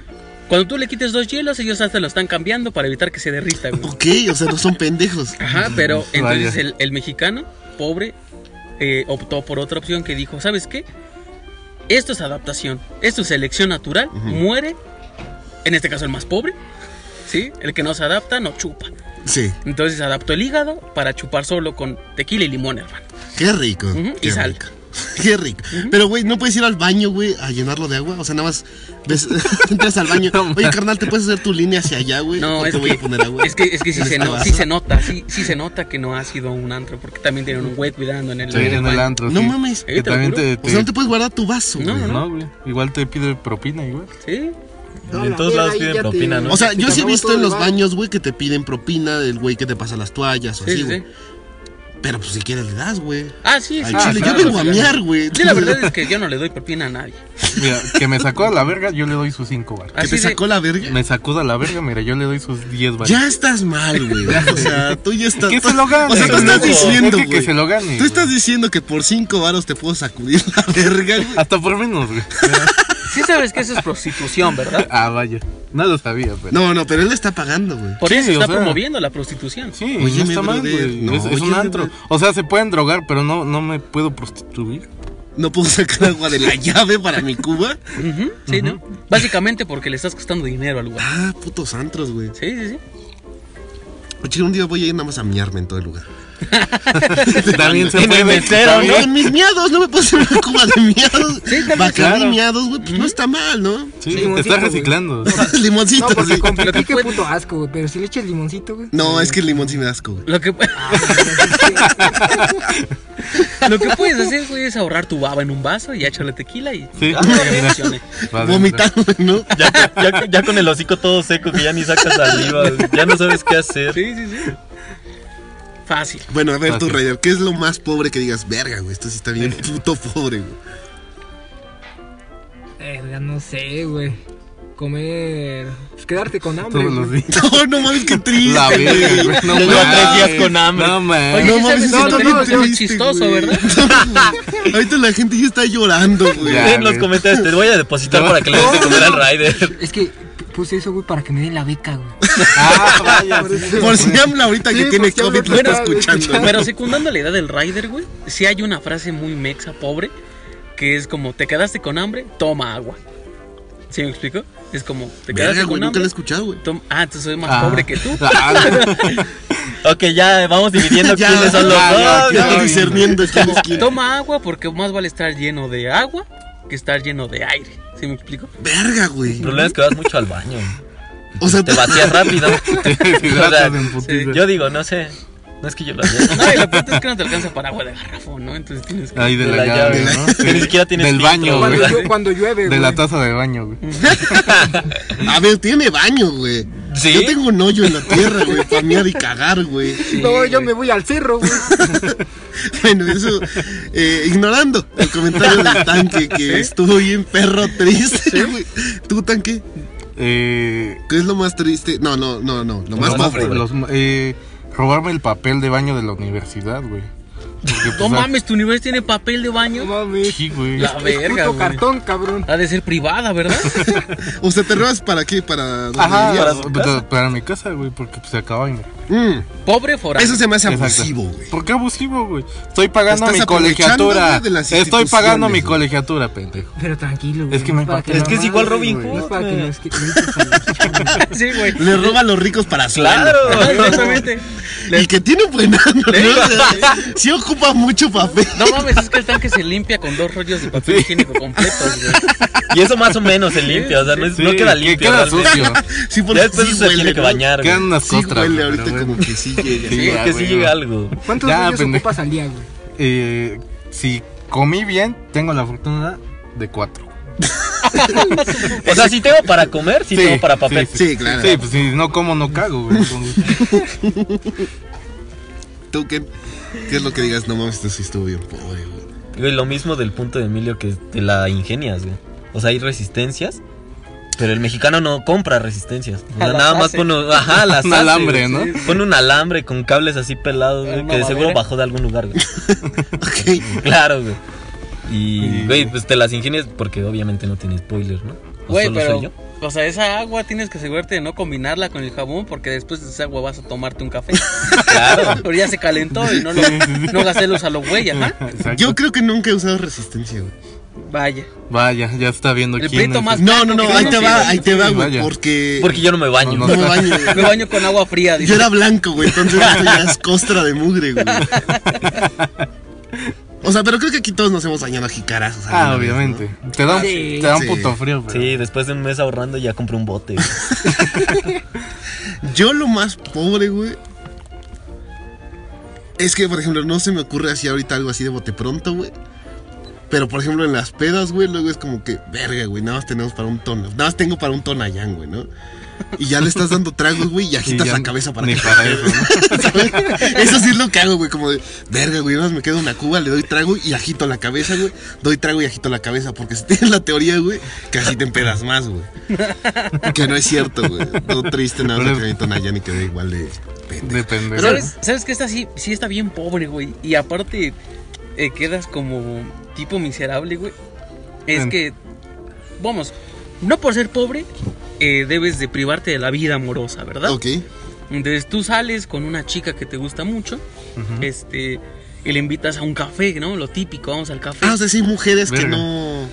Speaker 3: cuando tú le quites dos hielos, ellos hasta lo están cambiando para evitar que se derrita, güey.
Speaker 1: Ok, o sea, no son pendejos.
Speaker 3: Ajá, pero entonces
Speaker 5: Vaya.
Speaker 3: el, el mexicano, pobre, eh, optó por otra opción que dijo, ¿sabes qué? Esto es adaptación, esto es selección natural, muere, en este caso el más pobre, ¿sí? El que no se adapta no chupa.
Speaker 1: Sí,
Speaker 3: Entonces adaptó el hígado para chupar solo con tequila y limón, hermano.
Speaker 1: qué rico.
Speaker 3: Ujú, y
Speaker 1: qué
Speaker 3: sal.
Speaker 1: rico. Qué rico. Pero, güey, ¿no puedes ir al baño, güey, a llenarlo de agua? O sea, nada más ves, entras al baño. Oye, carnal, ¿te puedes hacer tu línea hacia allá, güey?
Speaker 3: No,
Speaker 1: ¿O
Speaker 3: es
Speaker 1: te voy
Speaker 3: que,
Speaker 1: a poner agua.
Speaker 3: es que, es que sí,
Speaker 1: en
Speaker 3: se
Speaker 1: este
Speaker 3: no-
Speaker 1: vaso?
Speaker 3: sí se nota, sí, sí se nota que no ha sido un antro, porque también tienen un güey cuidando en el,
Speaker 5: Sí, en el
Speaker 3: baño.
Speaker 5: antro.
Speaker 1: No
Speaker 5: sí.
Speaker 1: mames.
Speaker 5: Que
Speaker 3: Eh, te lo
Speaker 5: también
Speaker 3: juro.
Speaker 5: te.
Speaker 1: O sea, no
Speaker 5: te-
Speaker 1: te puedes guardar tu vaso,
Speaker 3: No,
Speaker 1: güey.
Speaker 5: No, güey. Igual te pide propina, igual.
Speaker 3: Sí,
Speaker 4: No,
Speaker 2: en
Speaker 4: la
Speaker 2: todos
Speaker 4: mierda,
Speaker 2: lados
Speaker 4: ahí ya
Speaker 2: piden
Speaker 4: te-
Speaker 2: propina, ¿no?
Speaker 1: O sea,
Speaker 4: Te
Speaker 1: yo sí he
Speaker 4: pagamos
Speaker 1: visto
Speaker 4: todo
Speaker 1: en
Speaker 4: el
Speaker 1: los
Speaker 4: baño.
Speaker 1: baños, güey, que te piden propina del güey que te pasa las toallas o
Speaker 3: sí,
Speaker 1: así,
Speaker 3: sí,
Speaker 1: Pues güey.
Speaker 3: sí.
Speaker 1: Pero pues si quieres le das, güey.
Speaker 3: Ah, sí,
Speaker 1: Al
Speaker 3: sí,
Speaker 1: chile,
Speaker 3: claro,
Speaker 1: yo vengo a
Speaker 3: claro.
Speaker 1: mear, güey.
Speaker 3: Sí, la verdad es que yo no le doy propina a nadie.
Speaker 5: Mira, que me sacó a la verga, yo le doy sus 5 baros.
Speaker 1: Que
Speaker 3: Así
Speaker 1: te
Speaker 3: de-
Speaker 1: sacó la verga.
Speaker 5: Me sacó a la verga, mira, yo le doy sus 10 baros.
Speaker 1: Ya estás mal, güey. O sea, tú ya estás.
Speaker 5: Que se lo gane.
Speaker 1: O sea, tú
Speaker 5: güey.
Speaker 1: estás diciendo,
Speaker 5: Deje
Speaker 1: güey.
Speaker 5: que se lo gane.
Speaker 1: Tú
Speaker 5: güey.
Speaker 1: estás diciendo que por cinco varos te puedo sacudir la verga, güey.
Speaker 5: Hasta por menos, güey.
Speaker 3: Sí sabes que eso es prostitución, ¿verdad?
Speaker 5: Ah, vaya. No lo sabía, pero.
Speaker 1: No, no, pero él le está pagando, güey.
Speaker 3: Por
Speaker 5: Sí,
Speaker 3: eso
Speaker 5: o
Speaker 3: está
Speaker 5: sea.
Speaker 3: promoviendo la prostitución.
Speaker 5: Sí,
Speaker 1: Oye,
Speaker 5: no
Speaker 1: mi
Speaker 5: está mal,
Speaker 1: brother,
Speaker 5: güey.
Speaker 1: no,
Speaker 5: es, es
Speaker 1: oye,
Speaker 5: un
Speaker 1: mi
Speaker 5: antro.
Speaker 1: brother.
Speaker 5: O sea, se pueden drogar, pero no, no me puedo prostituir.
Speaker 1: No puedo sacar agua de la llave para mi cuba.
Speaker 3: Ujú, sí, ¿no? Básicamente porque le estás costando dinero al lugar.
Speaker 1: Ah, putos antros, güey.
Speaker 3: Sí, sí, sí.
Speaker 1: Oye, un día voy a ir nada más a miarme en todo el lugar.
Speaker 5: También se
Speaker 2: En
Speaker 5: puede
Speaker 2: el mesero,
Speaker 5: También-
Speaker 2: ¿no?
Speaker 1: Con mis miados, no me puedo hacer una cuba de miados.
Speaker 3: Sí, también,
Speaker 1: Bacardi
Speaker 5: claro.
Speaker 1: miados, güey, pues no está mal, ¿no?
Speaker 5: Sí,
Speaker 4: Sí,
Speaker 5: te
Speaker 4: bonito,
Speaker 5: estás
Speaker 4: güey.
Speaker 5: reciclando.
Speaker 4: No,
Speaker 1: Limoncito,
Speaker 4: porque
Speaker 1: sí.
Speaker 4: con
Speaker 3: Pero
Speaker 4: pipí,
Speaker 3: que
Speaker 4: qué
Speaker 5: pues.
Speaker 3: puede-
Speaker 4: puto asco, güey. Pero si le echas limoncito, güey.
Speaker 1: No, es que el limón sí me da asco, güey.
Speaker 3: Lo que,
Speaker 4: Ah, güey,
Speaker 3: lo que puedes hacer, güey, es ahorrar tu baba en un vaso y echarle tequila y...
Speaker 5: Sí.
Speaker 3: Ah, que funcione.
Speaker 5: Vas a entrar.
Speaker 1: Vomitando, ¿no?
Speaker 2: Ya, ya- ya con el hocico todo seco que ya ni sacas saliva, güey. ya no sabes qué hacer.
Speaker 3: Sí, sí, sí. Fácil.
Speaker 1: Bueno, a ver, tú,
Speaker 5: Gracias.
Speaker 1: Raider, ¿qué es lo más pobre que digas? Verga, güey, esto sí está bien puto pobre, güey.
Speaker 4: Verga, Eh, no sé, güey. Comer. Pues quedarte con hambre.
Speaker 5: Todos los
Speaker 4: güey.
Speaker 5: días.
Speaker 1: No, no mames, qué triste.
Speaker 5: La verga, güey.
Speaker 2: Ya
Speaker 5: No
Speaker 2: lleva tres
Speaker 5: mames.
Speaker 2: días con hambre.
Speaker 5: No
Speaker 3: Oye,
Speaker 5: mames.
Speaker 1: no
Speaker 3: sí
Speaker 1: mames, sí
Speaker 3: sabes que
Speaker 1: está
Speaker 3: lo
Speaker 1: bien
Speaker 3: tenemos muy
Speaker 1: triste,
Speaker 3: chistoso,
Speaker 1: güey.
Speaker 3: ¿verdad?
Speaker 1: Ahorita la gente ya está llorando, güey.
Speaker 5: Ya.
Speaker 2: en los
Speaker 5: güey.
Speaker 2: comentarios te voy a depositar este
Speaker 5: No.
Speaker 2: para que le des de comer al Rider.
Speaker 4: Es que puse eso, güey, para que me den la beca, güey.
Speaker 5: Ah, vaya.
Speaker 4: Por eso-
Speaker 1: Por si habla ahorita
Speaker 4: Sí,
Speaker 1: que tiene
Speaker 4: por si habla
Speaker 1: COVID, lo
Speaker 4: ahorita,
Speaker 1: está escuchando.
Speaker 4: escuchando.
Speaker 1: ¿no?
Speaker 3: Pero secundando la idea del rider, güey, sí hay una frase muy mexa, pobre, que es como, te quedaste con hambre, toma agua. ¿Sí me explico? Es como, te quedaste
Speaker 1: Verga,
Speaker 3: con
Speaker 1: güey, nunca
Speaker 3: hambre.
Speaker 1: lo he escuchado, güey.
Speaker 3: tom- ah, entonces soy más
Speaker 5: Ah.
Speaker 3: pobre que tú.
Speaker 5: Ah, no.
Speaker 2: Ok, ya vamos dividiendo
Speaker 1: Ya,
Speaker 2: quiénes son los
Speaker 5: ya, ya,
Speaker 2: dos.
Speaker 1: Ya
Speaker 5: no,
Speaker 1: estoy discerniendo quién es quién.
Speaker 3: Toma agua porque más vale estar lleno de agua que estar lleno de aire. ¿Sí me explico?
Speaker 1: Verga, güey.
Speaker 2: El problema es que vas mucho al baño.
Speaker 1: O sea,
Speaker 2: Te vacías rápido.
Speaker 5: Deshidratas en putiza.
Speaker 2: yo digo, no sé. No es que yo lo haga.
Speaker 3: No, y lo peor es que no te alcanza para agua de garrafón, ¿no? Entonces tienes que...
Speaker 5: Ahí de,
Speaker 2: De la
Speaker 5: la, llave,
Speaker 2: llave.
Speaker 5: ¿no?
Speaker 2: Que ni siquiera tienes
Speaker 5: Del
Speaker 2: filtro,
Speaker 5: baño,
Speaker 2: güey.
Speaker 4: Cuando,
Speaker 5: güey.
Speaker 4: llu- cuando llueve,
Speaker 5: De
Speaker 4: güey.
Speaker 5: la taza de baño, güey.
Speaker 1: a ver, tiene baño, güey.
Speaker 2: ¿Sí?
Speaker 1: Yo tengo un hoyo en la tierra, güey, para mear y cagar, güey.
Speaker 4: No, yo me voy al cerro, güey.
Speaker 1: Bueno, eso, eh, ignorando el comentario del tanque que estuvo bien perro triste, güey. ¿Tú, tanque?
Speaker 5: Eh,
Speaker 1: ¿Qué es lo más triste? No, no, no, no. Lo más
Speaker 5: los-
Speaker 1: pobre.
Speaker 5: los- eh, robarme el papel de baño de la universidad, güey. Porque,
Speaker 3: No
Speaker 5: pues, ah,
Speaker 3: mames, tu nivel tiene papel de
Speaker 4: No
Speaker 3: baño.
Speaker 4: mames.
Speaker 5: Sí, güey.
Speaker 3: La verga,
Speaker 4: Puto
Speaker 3: güey.
Speaker 4: cartón, cabrón.
Speaker 3: Ha de ser privada, ¿verdad?
Speaker 1: O sea, ¿te robas para qué? Para. donde
Speaker 5: Ajá,
Speaker 1: vivías?
Speaker 5: para,
Speaker 2: su
Speaker 5: para-
Speaker 2: casa.
Speaker 5: para mi casa, güey, porque pues, se acaba y me...
Speaker 1: Mm,
Speaker 3: Pobre foráneo.
Speaker 1: eso se me hace
Speaker 5: Exacto.
Speaker 1: abusivo, güey.
Speaker 5: ¿Por qué abusivo, güey? Estoy pagando
Speaker 1: Estás
Speaker 5: mi
Speaker 1: aprovechando,
Speaker 5: colegiatura.
Speaker 1: güey, de las
Speaker 5: Estoy pagando mi
Speaker 1: instituciones, güey.
Speaker 5: colegiatura, pendejo.
Speaker 4: Pero tranquilo, güey.
Speaker 5: Es que me
Speaker 4: para
Speaker 5: empaqué. Es
Speaker 4: la
Speaker 5: que es
Speaker 4: madre,
Speaker 2: igual Robin
Speaker 4: güey,
Speaker 2: Hood,
Speaker 4: No es para que
Speaker 2: güey.
Speaker 4: nos que- que eches a los chavos.
Speaker 3: Sí, güey.
Speaker 1: Le roba a los ricos para su
Speaker 2: Claro.
Speaker 3: Ajá, Exactamente.
Speaker 1: Y que tiene un buen ano, ¿no? O sea, sí ocupa mucho papel.
Speaker 3: No mames, es que el tanque se limpia con dos rollos de papel higiénico completos, güey.
Speaker 2: Y eso más o menos se limpia. O sea, no, es-
Speaker 5: Sí,
Speaker 2: no queda
Speaker 5: que
Speaker 2: limpio.
Speaker 5: Queda
Speaker 2: realmente.
Speaker 5: sucio.
Speaker 1: Sí, porque
Speaker 2: Ya después
Speaker 1: sí
Speaker 2: se tiene
Speaker 1: huele,
Speaker 2: que
Speaker 1: ¿no?
Speaker 2: bañar.
Speaker 5: Quedan
Speaker 2: güey.
Speaker 5: unas
Speaker 1: Sí
Speaker 5: costras.
Speaker 1: huele
Speaker 5: güey,
Speaker 1: ahorita
Speaker 5: pero
Speaker 1: como
Speaker 5: bueno.
Speaker 1: que sí llega.
Speaker 5: Sí,
Speaker 2: Sí,
Speaker 5: ya,
Speaker 2: que sí
Speaker 5: güey.
Speaker 2: llega algo.
Speaker 4: ¿Cuántos
Speaker 5: Ya,
Speaker 4: años
Speaker 5: pendejo.
Speaker 4: ocupas al día, güey?
Speaker 5: Eh, si comí bien, tengo la fortuna de cuatro.
Speaker 2: O sea, si tengo para comer, si
Speaker 5: Sí,
Speaker 2: tengo para papel.
Speaker 1: sí. claro.
Speaker 5: Sí, pues si no como, no cago, güey. Entonces,
Speaker 1: ¿Tú qué? ¿Qué es lo que digas? No mames, esto sí estuvo bien pobre, güey.
Speaker 2: Güey, lo mismo del punto de Emilio que te la ingenias, güey. O sea, hay resistencias Pero el mexicano no compra resistencias. O sea,
Speaker 4: Las
Speaker 2: nada más
Speaker 4: hace.
Speaker 2: con un, ajá, las
Speaker 5: Un
Speaker 2: hace,
Speaker 5: alambre,
Speaker 2: güey.
Speaker 5: ¿no?
Speaker 2: Pon un alambre con cables así pelados, güey,
Speaker 4: Una
Speaker 2: que de seguro
Speaker 4: madera.
Speaker 2: bajó de algún lugar, güey.
Speaker 1: Ok.
Speaker 2: Claro, güey. Y,
Speaker 5: Sí.
Speaker 2: güey, pues te las ingenias porque obviamente no tiene spoiler, ¿no? ¿O
Speaker 3: Güey,
Speaker 2: solo soy
Speaker 3: pero.
Speaker 2: yo?
Speaker 3: O sea, esa agua tienes que asegurarte de no combinarla con el jabón porque después de esa agua vas a tomarte un café.
Speaker 2: Claro.
Speaker 3: Pero ya se calentó y no, lo, no gasté los a los güey, ajá.
Speaker 5: Exacto.
Speaker 1: Yo creo que nunca he usado resistencia, güey.
Speaker 3: Vaya.
Speaker 5: Vaya, ya está viendo
Speaker 3: El
Speaker 5: quién
Speaker 3: pleito
Speaker 5: es.
Speaker 3: más-
Speaker 1: No, no, no, ahí te va, ahí te va, güey.
Speaker 5: Vaya.
Speaker 1: Porque.
Speaker 2: Porque yo no me baño.
Speaker 5: No,
Speaker 1: no
Speaker 5: no.
Speaker 1: me baño, güey.
Speaker 3: Me baño con agua fría.
Speaker 1: Yo
Speaker 3: dice.
Speaker 1: era blanco, güey, entonces esto ya es costra de mugre, güey. O sea, pero creo que aquí todos nos hemos bañado a jicarazos.
Speaker 5: Ah,
Speaker 1: alguna vez,
Speaker 5: obviamente. Te da un,
Speaker 4: Sí.
Speaker 5: te da un
Speaker 1: Sí.
Speaker 5: puto frío, pero...
Speaker 2: Sí, después de un mes ahorrando ya compré un bote. güey.
Speaker 1: ¿no? Yo lo más pobre, güey. Es que, por ejemplo, no se me ocurre así ahorita algo así de bote pronto, güey. Pero, por ejemplo, en las pedas, güey, luego es como que, verga, güey, nada más tenemos para un tono. Nada más tengo para un tonayán, güey, ¿no? Y ya le estás dando tragos, güey, y
Speaker 5: Y
Speaker 1: agitas
Speaker 5: ya
Speaker 1: la cabeza para
Speaker 5: Ni
Speaker 1: que
Speaker 5: para eso, ¿no?
Speaker 1: ¿Sabes? Eso sí es lo que hago, güey. Como de, verga, güey. Nada más me queda una cuba, le doy trago y agito la cabeza, güey. Doy trago y agito la cabeza. Porque si tienes la teoría, güey, que así te empedas más, güey. Que no es cierto, güey. No triste nada más
Speaker 5: Pero-
Speaker 1: que ahorita Nayan y quedé igual de pendejo.
Speaker 5: Depende.
Speaker 1: Pero-
Speaker 5: güey.
Speaker 3: ¿Sabes, ¿Sabes que esta sí, sí está bien pobre, güey? Y aparte, eh, quedas como tipo miserable, güey. Es
Speaker 5: En-
Speaker 3: que, vamos, no por ser pobre, eh, debes de privarte de la vida amorosa, ¿verdad?
Speaker 1: Ok.
Speaker 3: Entonces tú sales con una chica que te gusta mucho,
Speaker 5: Ujú.
Speaker 3: este, y le invitas a un café, ¿no? Lo típico, vamos al café.
Speaker 1: Ah, o sea, sí, hay mujeres que
Speaker 5: Verga.
Speaker 1: no.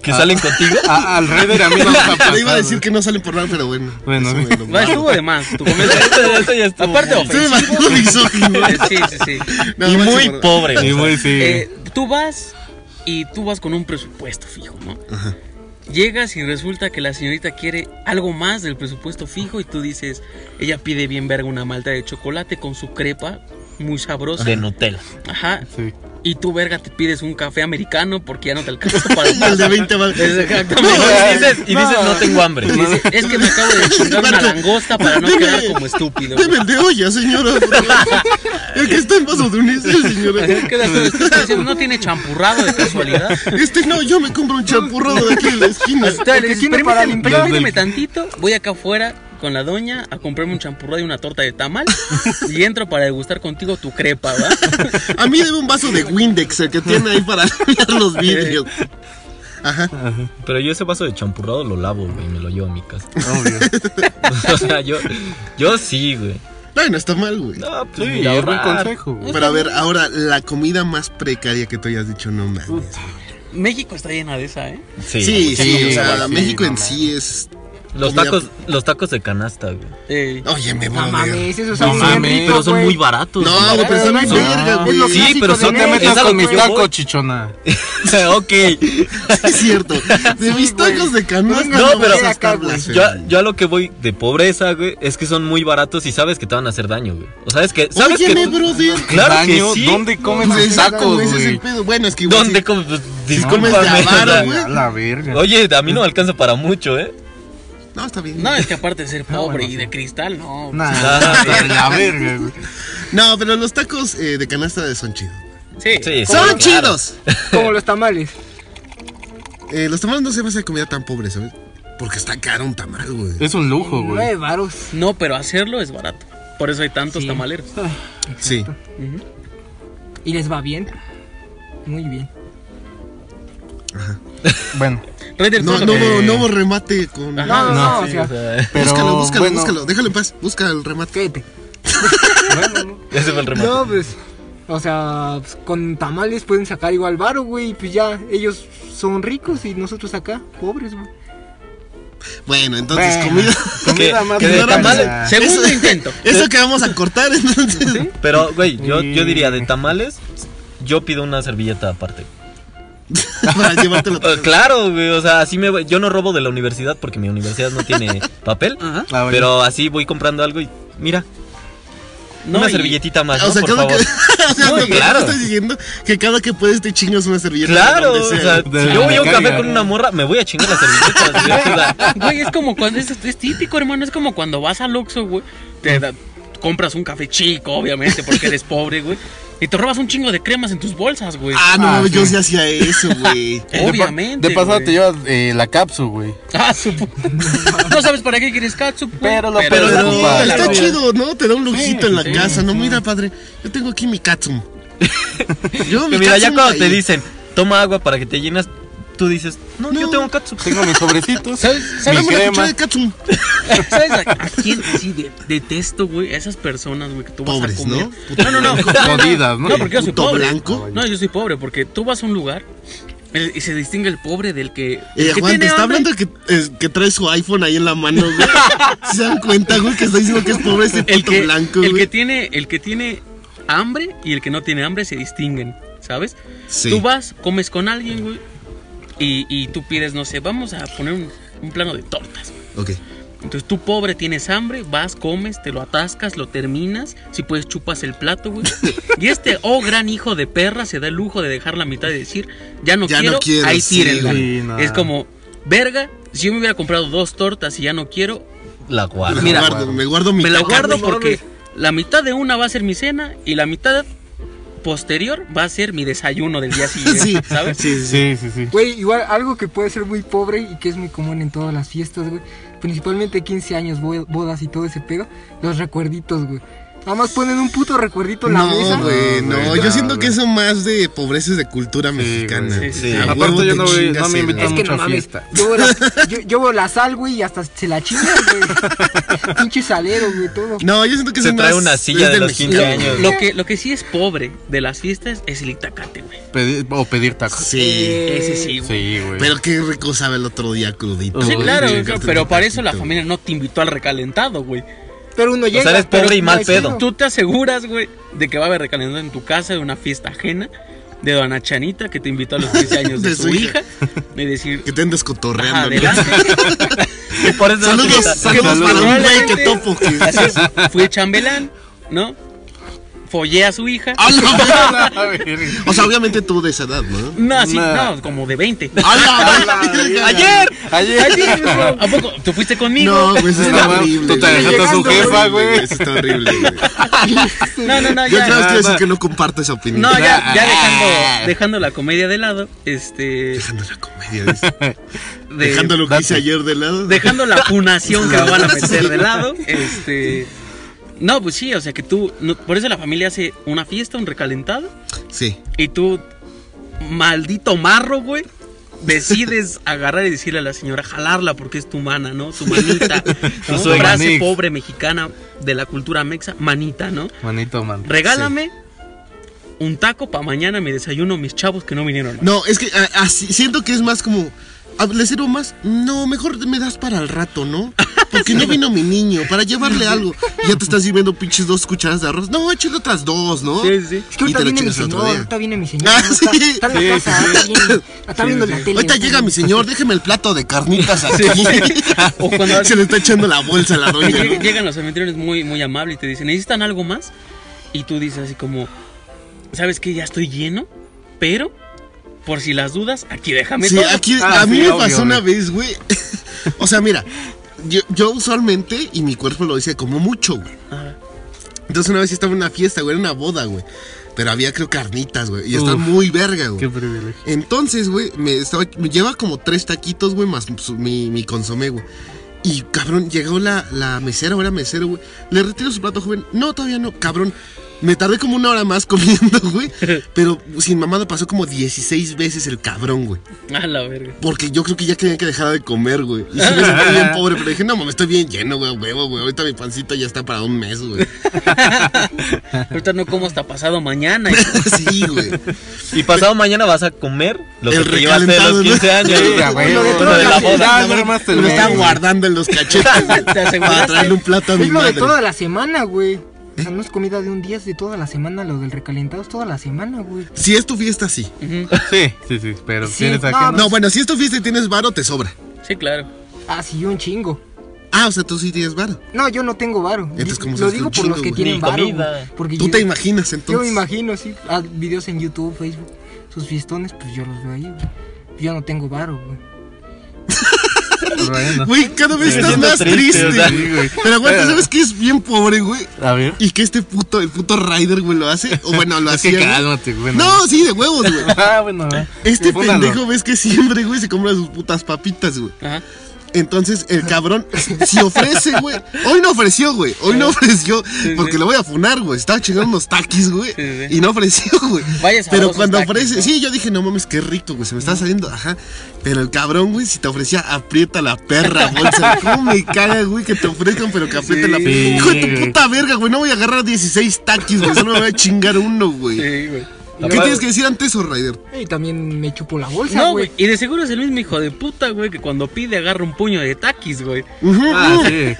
Speaker 2: ¿Que salen contigo?
Speaker 5: A- Ah, al Raider a mí no me ha pasado.
Speaker 1: Le iba a decir que no salen por nada, pero bueno.
Speaker 5: Bueno,
Speaker 1: eso
Speaker 5: sí.
Speaker 1: me lo-
Speaker 3: Va, estuvo de más, tu comentario.
Speaker 2: Esto- esto ya estuvo
Speaker 3: Aparte,
Speaker 2: muy-
Speaker 1: Se me mandó misógino.
Speaker 3: Sí, sí, sí.
Speaker 1: No,
Speaker 2: y
Speaker 1: no,
Speaker 2: muy
Speaker 1: sí,
Speaker 2: pobre.
Speaker 5: Y
Speaker 2: o sea,
Speaker 5: muy sí.
Speaker 3: Eh, tú vas y tú vas con un presupuesto fijo, ¿no? Llegas y resulta que la señorita quiere algo más del presupuesto fijo y tú dices, ella pide bien verga una malta de chocolate con su crepa muy sabrosa.
Speaker 2: De Nutella.
Speaker 3: Ajá.
Speaker 5: Sí.
Speaker 3: Y tú verga te pides un café americano porque ya no te alcanza para
Speaker 1: El de 20 más.
Speaker 3: Es
Speaker 2: Y
Speaker 3: Exactamente.
Speaker 2: dices, y dices, no tengo hambre.
Speaker 3: Y dice, es que me acabo de chingar una
Speaker 1: Espérate.
Speaker 3: langosta para no
Speaker 1: Deme-
Speaker 3: quedar como estúpido.
Speaker 1: Deme el de olla, señora. por favor. El que está en vaso de unicel, señora.
Speaker 3: Es que de- estás diciendo, no tiene champurrado de casualidad.
Speaker 1: Este no, yo me compro un champurrado de aquí de la esquina.
Speaker 3: Entonces, le
Speaker 4: que
Speaker 3: dices,
Speaker 4: tiene
Speaker 3: "Permíteme,
Speaker 4: para limpiar".
Speaker 3: permíteme
Speaker 5: Desde el-
Speaker 3: tantito, voy acá afuera con la doña a comprarme un champurrado y una torta de tamal y entro para degustar contigo tu crepa, ¿va?
Speaker 1: A mí debe un vaso de Windex, el que tiene ahí para limpiar los vidrios.
Speaker 2: Pero yo ese vaso de champurrado lo lavo, güey, y me lo llevo a mi casa.
Speaker 5: Obvio.
Speaker 2: O sea, yo, yo sí, güey.
Speaker 1: No, no está mal, güey.
Speaker 2: No, pues
Speaker 5: Sí,
Speaker 2: mira,
Speaker 5: es buen
Speaker 2: ahorrar.
Speaker 5: consejo. güey.
Speaker 1: Pero a ver, ahora, la comida más precaria que tú hayas dicho, no mames.
Speaker 3: México está llena de esa, ¿eh?
Speaker 2: Sí,
Speaker 1: Sí, sí,
Speaker 5: sí,
Speaker 1: o sea,
Speaker 5: sí,
Speaker 1: México
Speaker 5: no
Speaker 1: en
Speaker 5: mames.
Speaker 1: sí es.
Speaker 2: Los
Speaker 1: comida-
Speaker 2: tacos, los tacos de canasta, güey.
Speaker 3: Eh,
Speaker 1: Oye, me
Speaker 4: No
Speaker 1: voy
Speaker 4: mames, esos son
Speaker 5: No
Speaker 4: pues, bien
Speaker 5: mames,
Speaker 4: ricos,
Speaker 2: Ah, Pero son
Speaker 4: güey.
Speaker 2: muy baratos.
Speaker 1: No, güey, pero está bien
Speaker 4: No,
Speaker 1: verga,
Speaker 5: no.
Speaker 1: güey.
Speaker 4: Es lo
Speaker 2: Sí,
Speaker 4: clásico
Speaker 2: pero
Speaker 4: de
Speaker 1: Pues
Speaker 2: son-
Speaker 5: No te
Speaker 4: México,
Speaker 2: Es
Speaker 5: metas
Speaker 2: a lo
Speaker 5: con
Speaker 2: que
Speaker 5: mis
Speaker 2: yo voy.
Speaker 5: tacos, chichona.
Speaker 2: güey. ok.
Speaker 1: es cierto. De mis
Speaker 4: Sí, güey.
Speaker 1: tacos de canasta
Speaker 4: No,
Speaker 1: no,
Speaker 2: pero-
Speaker 1: vas a estar
Speaker 4: Yo-
Speaker 2: Yo,
Speaker 1: blasfemando.
Speaker 2: yo a lo que voy de pobreza, güey, es que son muy baratos y sabes que te van a hacer daño, güey. O sabes que, sabes que
Speaker 1: Óyeme, brother.
Speaker 2: Claro
Speaker 5: Daño,
Speaker 2: que sí.
Speaker 5: ¿Dónde comen
Speaker 1: Pues
Speaker 5: tus
Speaker 1: exacto,
Speaker 5: tacos,
Speaker 1: güey, ese es el
Speaker 5: güey?
Speaker 1: pedo. Bueno, es que igual
Speaker 2: ¿Dónde
Speaker 1: sí-
Speaker 2: comes? Pues,
Speaker 1: comes de
Speaker 2: discúlpame.
Speaker 1: avaro,
Speaker 2: o sea,
Speaker 1: güey.
Speaker 5: A la verga.
Speaker 2: Oye, a mí no me alcanza para mucho, ¿eh?
Speaker 1: No, está bien.
Speaker 3: no, es que aparte de ser
Speaker 5: Ah,
Speaker 3: pobre
Speaker 5: bueno,
Speaker 3: y
Speaker 5: sí.
Speaker 3: de cristal, no.
Speaker 5: Nah,
Speaker 2: Ah.
Speaker 5: a la verga, güey.
Speaker 1: No, pero los tacos eh, de canasta son chidos.
Speaker 3: Sí.
Speaker 2: Sí,
Speaker 1: ¡Son
Speaker 2: claro.
Speaker 1: chidos!
Speaker 4: Como los tamales.
Speaker 1: Eh, los tamales no se me hace comida tan pobre, ¿sabes? Porque está caro un tamal, güey.
Speaker 5: Es un lujo,
Speaker 4: Nueve
Speaker 5: güey.
Speaker 4: varos.
Speaker 3: No, pero hacerlo es barato. Por eso hay tantos
Speaker 4: Sí.
Speaker 3: tamaleros.
Speaker 1: Sí.
Speaker 4: Y les va bien. Muy bien.
Speaker 5: Bueno,
Speaker 3: Raider,
Speaker 1: No,
Speaker 3: tú-
Speaker 1: no,
Speaker 5: Eh.
Speaker 1: hubo- no hubo remate con.
Speaker 3: Ajá.
Speaker 4: No, no, no,
Speaker 5: No,
Speaker 4: o sea,
Speaker 5: pero
Speaker 1: búscalo, búscalo,
Speaker 5: bueno,
Speaker 1: búscalo. Déjalo en paz. Busca el remate.
Speaker 4: cállate. bueno, no.
Speaker 2: Ese fue el remate.
Speaker 4: No, pues. O sea, pues, con tamales pueden sacar igual varo, güey. y Pues ya, ellos son ricos y nosotros acá, pobres, güey.
Speaker 1: Bueno, entonces
Speaker 4: Bueno.
Speaker 1: comida.
Speaker 5: comida
Speaker 2: que-
Speaker 5: más
Speaker 2: que de
Speaker 5: barata.
Speaker 2: tamales-
Speaker 3: Segundo
Speaker 1: Eso-
Speaker 3: intento.
Speaker 1: Eso que vamos a cortar, entonces.
Speaker 2: Pero, güey, yo, yo
Speaker 5: Y-
Speaker 2: diría de tamales, yo pido una servilleta aparte.
Speaker 1: Para llevártelo.
Speaker 2: Eh, Claro, güey, o sea, así me voy. Yo no robo de la universidad porque mi universidad no tiene papel.
Speaker 3: Ajá.
Speaker 5: Ah, vale.
Speaker 2: Pero así voy comprando algo y mira,
Speaker 3: No,
Speaker 2: una
Speaker 3: y-
Speaker 2: servilletita más,
Speaker 1: O
Speaker 2: ¿no?
Speaker 1: sea,
Speaker 2: por
Speaker 1: cada que.
Speaker 2: favor.
Speaker 1: o sea,
Speaker 2: No,
Speaker 1: lo que
Speaker 2: claro.
Speaker 1: estoy diciendo que cada que puedes te chingas una servilleta. de
Speaker 2: Claro,
Speaker 1: donde
Speaker 2: o
Speaker 1: sea.
Speaker 2: sea,
Speaker 5: De
Speaker 2: yo
Speaker 5: la
Speaker 2: voy a un café
Speaker 5: recarga.
Speaker 2: con una morra, me voy a chingar la servilleta. la servilleta.
Speaker 3: Güey, es como cuando es, es típico, hermano. Es como cuando vas al Oxxo, güey. Te da- compras un café chico, obviamente, porque eres pobre, güey. Y te robas un chingo de cremas en tus bolsas, güey.
Speaker 1: Ah, no,
Speaker 5: Ah,
Speaker 1: mames, yo
Speaker 5: sí.
Speaker 1: sí hacía eso, güey.
Speaker 5: De pa-
Speaker 3: Obviamente.
Speaker 5: De pasada
Speaker 3: güey.
Speaker 5: te llevas eh, la cápsula, güey.
Speaker 3: Ah, su pu- No sabes para qué quieres catsup. güey.
Speaker 5: Pero lo
Speaker 1: Pero
Speaker 5: Pero
Speaker 1: la
Speaker 5: no,
Speaker 1: neta,
Speaker 5: la
Speaker 1: está
Speaker 5: novia.
Speaker 1: chido, ¿no? Te da un lujito en la
Speaker 3: sí,
Speaker 1: casa, ¿no? Mira, padre, yo tengo aquí mi Katsum. Yo,
Speaker 2: Que mira, ya
Speaker 1: Katsum
Speaker 2: cuando
Speaker 1: ahí.
Speaker 2: te dicen, toma agua para que te llenas, tú dices, no, yo
Speaker 1: No.
Speaker 2: tengo catsup.
Speaker 5: Tengo mis sobrecitos.
Speaker 3: ¿Sabes,
Speaker 1: Dame
Speaker 3: sabes,
Speaker 5: Mi
Speaker 1: una
Speaker 5: crema.
Speaker 1: cuchara de Katsum.
Speaker 3: sabes a, a quién sí de- detesto, güey? A esas personas, güey, que tú vas
Speaker 1: Pobres,
Speaker 3: a comer.
Speaker 1: ¿no? Puto
Speaker 3: No, no, no.
Speaker 1: blanco.
Speaker 5: Jodidas, ¿no?
Speaker 3: No, porque yo soy
Speaker 1: Puto
Speaker 3: pobre.
Speaker 1: blanco.
Speaker 3: No, yo soy pobre, porque tú vas a un lugar el- y se distingue el pobre del que.
Speaker 1: Eh,
Speaker 3: el que
Speaker 1: Juan,
Speaker 3: tiene
Speaker 1: te está
Speaker 3: hambre.
Speaker 1: hablando que, es- que trae su iPhone ahí en la mano, güey. ¿Se dan cuenta, güey, que está diciendo que es pobre ese puto
Speaker 3: el que,
Speaker 1: blanco,
Speaker 3: el que
Speaker 1: güey?
Speaker 3: tiene el que tiene hambre y el que no tiene hambre se distinguen, ¿sabes?
Speaker 1: Sí.
Speaker 3: Tú vas, comes con alguien, güey, y, y tú pides, no sé, vamos a poner un, un plano de tortas. güey.
Speaker 1: Ok.
Speaker 3: Entonces tú pobre tienes hambre, vas, comes, te lo atascas, lo terminas, si puedes chupas el plato, güey. y este oh gran hijo de perra se da el lujo de dejar la mitad y decir, ya no,
Speaker 1: Ya no
Speaker 3: quiero,
Speaker 1: quiero,
Speaker 3: ahí
Speaker 1: sí,
Speaker 3: tírenla.
Speaker 5: güey. Sí, no.
Speaker 3: Es como, verga, si yo me hubiera comprado dos tortas y ya no quiero,
Speaker 2: La guarda.
Speaker 1: Me
Speaker 3: Mira,
Speaker 1: guardo, me guardo mi
Speaker 3: me la
Speaker 1: caca,
Speaker 3: guardo
Speaker 1: güey.
Speaker 3: porque la mitad de una va a ser mi cena y la mitad posterior va a ser mi desayuno del día siguiente,
Speaker 1: Sí,
Speaker 3: ¿sabes?
Speaker 1: sí, sí.
Speaker 5: Sí, sí, sí.
Speaker 4: Güey, igual algo que puede ser muy pobre y que es muy común en todas las fiestas, güey. Principalmente 15 años, bo- bodas y todo ese pedo. Los recuerditos, güey. Nada más ponen un puto recuerdito en la mesa.
Speaker 1: No, güey,
Speaker 5: No,
Speaker 1: no.
Speaker 5: güey,
Speaker 1: Yo
Speaker 5: no,
Speaker 1: siento que
Speaker 5: güey.
Speaker 1: eso más de pobreza es de cultura mexicana.
Speaker 5: güey.
Speaker 3: Sí,
Speaker 1: güey.
Speaker 3: sí.
Speaker 1: A
Speaker 5: Aparte
Speaker 1: huevo
Speaker 5: yo
Speaker 1: te
Speaker 5: no, güey, no
Speaker 1: chingas
Speaker 5: me
Speaker 1: el-
Speaker 5: invitan.
Speaker 4: Es que no
Speaker 5: mucha
Speaker 4: mames,
Speaker 5: fiesta.
Speaker 4: yo veo, la, yo- yo veo la sal, güey, y hasta se la chingas, güey. Pinche salero, güey, todo.
Speaker 1: No, yo siento que
Speaker 2: Se
Speaker 1: eso
Speaker 2: trae
Speaker 1: más
Speaker 2: una silla
Speaker 1: es
Speaker 2: de
Speaker 1: del
Speaker 2: los 15
Speaker 1: mexicano.
Speaker 2: años.
Speaker 3: Lo que, lo que sí es pobre de las fiestas es el itacate, güey.
Speaker 5: Pedir- o pedir tacos.
Speaker 1: Sí.
Speaker 4: Eh,
Speaker 3: Ese sí, güey.
Speaker 5: Sí, güey.
Speaker 1: Pero qué rico sabe el otro día crudito.
Speaker 5: Sí,
Speaker 3: Sí,
Speaker 1: güey.
Speaker 3: claro,
Speaker 5: sí,
Speaker 3: güey,
Speaker 5: sí,
Speaker 3: pero para eso la
Speaker 1: Crudito.
Speaker 3: familia no te invitó al recalentado, güey.
Speaker 4: Pero uno llega.
Speaker 2: sea, eres
Speaker 4: pero
Speaker 2: pobre y
Speaker 4: no
Speaker 2: mal
Speaker 4: hay
Speaker 2: pedo.
Speaker 3: Tú te aseguras, güey, de que va a haber recalentado en tu casa de una fiesta ajena de Dona Chanita que te invitó a los 15 años de, su hija. Y decir,
Speaker 1: Que te andes cotorreando.
Speaker 3: "Ajá,
Speaker 1: ¿no?
Speaker 3: adelante.
Speaker 2: Y por eso no
Speaker 1: Saludos,
Speaker 2: te gusta.
Speaker 1: saludos
Speaker 5: Saludos.
Speaker 1: para un güey que
Speaker 3: Probablemente.
Speaker 1: topo. Que...
Speaker 3: Así es, fui chambelán, ¿no? Follé a su hija.
Speaker 1: ¡A la verga!
Speaker 5: A ver.
Speaker 1: Ah, O sea, obviamente tú de esa edad, ¿no?
Speaker 3: No, así,
Speaker 5: Nah.
Speaker 3: no, como de 20.
Speaker 1: ¡A la verga!
Speaker 3: ¡Ayer!
Speaker 5: Ayer.
Speaker 3: ¡Ayer! ¿A poco? ¿Tú fuiste conmigo?
Speaker 1: No, güey, eso está
Speaker 5: No,
Speaker 1: horrible.
Speaker 5: tú te
Speaker 1: güey.
Speaker 5: dejaste
Speaker 4: a
Speaker 1: Eso
Speaker 4: su
Speaker 1: está
Speaker 5: jefa,
Speaker 1: horrible,
Speaker 5: güey.
Speaker 1: Eso está horrible, güey.
Speaker 3: No, no, no,
Speaker 1: Yo
Speaker 3: ya.
Speaker 1: creo que
Speaker 5: no,
Speaker 1: quiero decir
Speaker 5: no.
Speaker 1: que no comparto esa opinión.
Speaker 3: No, ya, ya dejando, dejando la comedia de lado, este.
Speaker 1: Dejando la comedia. dice.
Speaker 3: de-
Speaker 1: dejando lo que hice ayer de lado.
Speaker 3: dejando la punación que me van a meter de lado, este. No, pues sí, o sea que tú. no- por eso la familia hace una fiesta, un recalentado,
Speaker 1: Sí.
Speaker 3: y tú, maldito marro, güey, decides agarrar y decirle a la señora, jalarla porque es tu mana, ¿no? Tu manita. Tu
Speaker 5: soy
Speaker 3: frase
Speaker 5: manix.
Speaker 3: pobre mexicana de la cultura mexa, manita, ¿no?
Speaker 5: Manito, man.
Speaker 3: Regálame un taco para mañana mi desayuno, mis chavos que no vinieron. hoy".
Speaker 1: No, es que a- así, siento que es más como. "Ah, ¿Le sirvo más? No, mejor me das para el rato, ¿no? Porque no vino mi niño, para llevarle algo. Y ya te estás sirviendo pinches dos cucharas de arroz. No, échale otras dos, ¿no?
Speaker 3: Sí, sí, sí.
Speaker 4: Es que
Speaker 1: Y te
Speaker 4: ahorita
Speaker 1: lo
Speaker 4: viene mi
Speaker 1: chingas el otro
Speaker 4: señor,
Speaker 1: día.
Speaker 4: ahorita viene mi señor.
Speaker 1: Ah,
Speaker 4: ¿no? Está-
Speaker 1: sí.
Speaker 4: Está en
Speaker 5: Sí,
Speaker 4: la casa,
Speaker 5: sí,
Speaker 4: está bien- está viendo la tele.
Speaker 1: Ahorita llega mi señor, déjeme el plato de carnitas aquí.
Speaker 3: O cuando-
Speaker 1: Se le está echando la bolsa a la
Speaker 3: Lleg-
Speaker 1: doña. ¿no?
Speaker 3: Llegan los anfitriones muy, muy amables y te dicen, ¿necesitan algo más? Y tú dices así como, ¿sabes qué? Ya estoy lleno, pero por si las dudas, aquí déjame
Speaker 1: Sí,
Speaker 3: todo".
Speaker 1: aquí
Speaker 5: Ah,
Speaker 1: a mí
Speaker 5: sí,
Speaker 1: me
Speaker 5: obvio,
Speaker 1: pasó una
Speaker 5: güey.
Speaker 1: vez, güey. o sea, mira, yo, yo usualmente, y mi cuerpo lo dice, como mucho, güey.
Speaker 3: Ajá.
Speaker 1: Entonces una vez sí estaba en una fiesta, güey, era una boda, güey. Pero había, creo, carnitas, güey. Y está
Speaker 5: Uf.
Speaker 1: muy verga,
Speaker 5: Qué
Speaker 1: güey.
Speaker 5: privilegio.
Speaker 1: Entonces, güey, me, estaba, me lleva como tres taquitos, güey, más su- mi, mi consomé, güey. Y cabrón, llegó la, la mesera, o era mesero, güey. Le retiro su plato, joven. No, todavía no, cabrón. Me tardé como una hora más comiendo, güey. Pero sin mamada pasó como 16 veces el cabrón, güey.
Speaker 3: A la verga.
Speaker 1: Porque yo creo que ya querían que dejara de comer, güey. Y sí me sentí bien pobre, pero dije, no mames, estoy bien lleno, güey, a huevo, güey. Ahorita mi pancita ya está para un mes, güey.
Speaker 3: Ahorita no como hasta pasado mañana.
Speaker 1: sí, güey.
Speaker 2: Y pasado mañana vas a comer lo que
Speaker 1: El
Speaker 2: te llevaste de los
Speaker 1: recalentado, ¿no?
Speaker 2: 15 años.
Speaker 5: Sí, a huevo.
Speaker 2: Lo de
Speaker 5: Lo de la
Speaker 2: la
Speaker 5: boda.
Speaker 2: boda.
Speaker 5: Ya, no armaste el
Speaker 1: Me lo
Speaker 5: mes,
Speaker 1: estaba
Speaker 5: güey.
Speaker 1: guardan de los cachetes, güey.
Speaker 3: ¿Te
Speaker 1: Para
Speaker 3: aseguraste?
Speaker 1: traerle un plato a mi
Speaker 4: Es lo de
Speaker 1: madre. ¿Eh?
Speaker 4: toda la semana, güey. O sea, no es comida de un día, es de toda la semana. Lo del recalentado es toda la semana, güey.
Speaker 1: Si es tu fiesta, sí.
Speaker 3: Ujú,
Speaker 5: Sí, sí, sí. Pero
Speaker 4: Sí,
Speaker 5: tienes
Speaker 4: no,
Speaker 5: ajeno.
Speaker 1: No, bueno, si es tu fiesta y tienes varo, te sobra.
Speaker 3: Sí, claro.
Speaker 4: Ah, sí, un chingo.
Speaker 1: Ah, o sea, tú sí tienes varo.
Speaker 4: No, yo no tengo varo.
Speaker 1: Entonces, ¿cómo
Speaker 4: Lo
Speaker 1: sabes
Speaker 4: digo
Speaker 1: que un
Speaker 4: por
Speaker 1: chingo,
Speaker 4: los que
Speaker 1: güey?
Speaker 4: tienen
Speaker 2: Ni
Speaker 4: varo.
Speaker 2: comida.
Speaker 4: güey, Porque
Speaker 1: Tú
Speaker 4: yo,
Speaker 1: te imaginas,
Speaker 4: yo me
Speaker 1: entonces.
Speaker 4: imagino, sí. Ah, videos en YouTube, Facebook. Sus fiestones, pues yo los veo ahí, güey. Yo no tengo varo, güey.
Speaker 5: bueno.
Speaker 1: Güey, cada vez
Speaker 5: Me
Speaker 1: estás
Speaker 5: siento
Speaker 1: más triste.
Speaker 5: triste, o sea.
Speaker 1: güey. Pero aguanta, ¿sabes qué es bien pobre, güey?
Speaker 5: A ver.
Speaker 1: Y que este puto, el puto Rider, güey, lo hace. O bueno, lo
Speaker 5: Es
Speaker 1: hacía.
Speaker 5: que
Speaker 1: güey.
Speaker 5: cálmate, güey.
Speaker 1: No, sí, de huevos, güey.
Speaker 5: Ah, bueno. va.
Speaker 1: Este
Speaker 5: Póngalo.
Speaker 1: pendejo ves que siempre, güey, se compra sus putas papitas, güey.
Speaker 3: Ajá.
Speaker 1: Entonces, el cabrón, si ofrece, güey. Hoy no ofreció, güey. Hoy no ofreció.
Speaker 3: sí.
Speaker 1: Porque lo voy a funar, güey. Estaba chingando unos taquis, güey.
Speaker 3: Sí, sí.
Speaker 1: Y no ofreció, güey.
Speaker 3: Vaya
Speaker 1: Pero
Speaker 3: sabrosos
Speaker 1: cuando
Speaker 3: taquis,
Speaker 1: ofrece.
Speaker 3: ¿no?
Speaker 1: Sí, yo dije, no mames, qué rico, güey. Se me está saliendo. Ajá. Pero el cabrón, güey, si te ofrecía, aprieta la perra, bolsa. ¿Cómo me caga, güey, que te ofrezcan, pero que aprieta la perra?
Speaker 5: Sí,
Speaker 1: Hijo de tu
Speaker 5: güey.
Speaker 1: puta verga, güey. No voy a agarrar 16 taquis, güey. Solo me voy a chingar uno, güey.
Speaker 3: Sí, güey.
Speaker 1: ¿Qué tienes que decir ante eso, Ryder?
Speaker 4: Y también me chupo la bolsa,
Speaker 3: No,
Speaker 4: güey.
Speaker 3: güey. Y de seguro es el mismo hijo de puta, güey, que cuando pide agarra un puño de taquis, güey.
Speaker 1: Ujú,
Speaker 5: Ah,
Speaker 1: ujú.
Speaker 5: sí.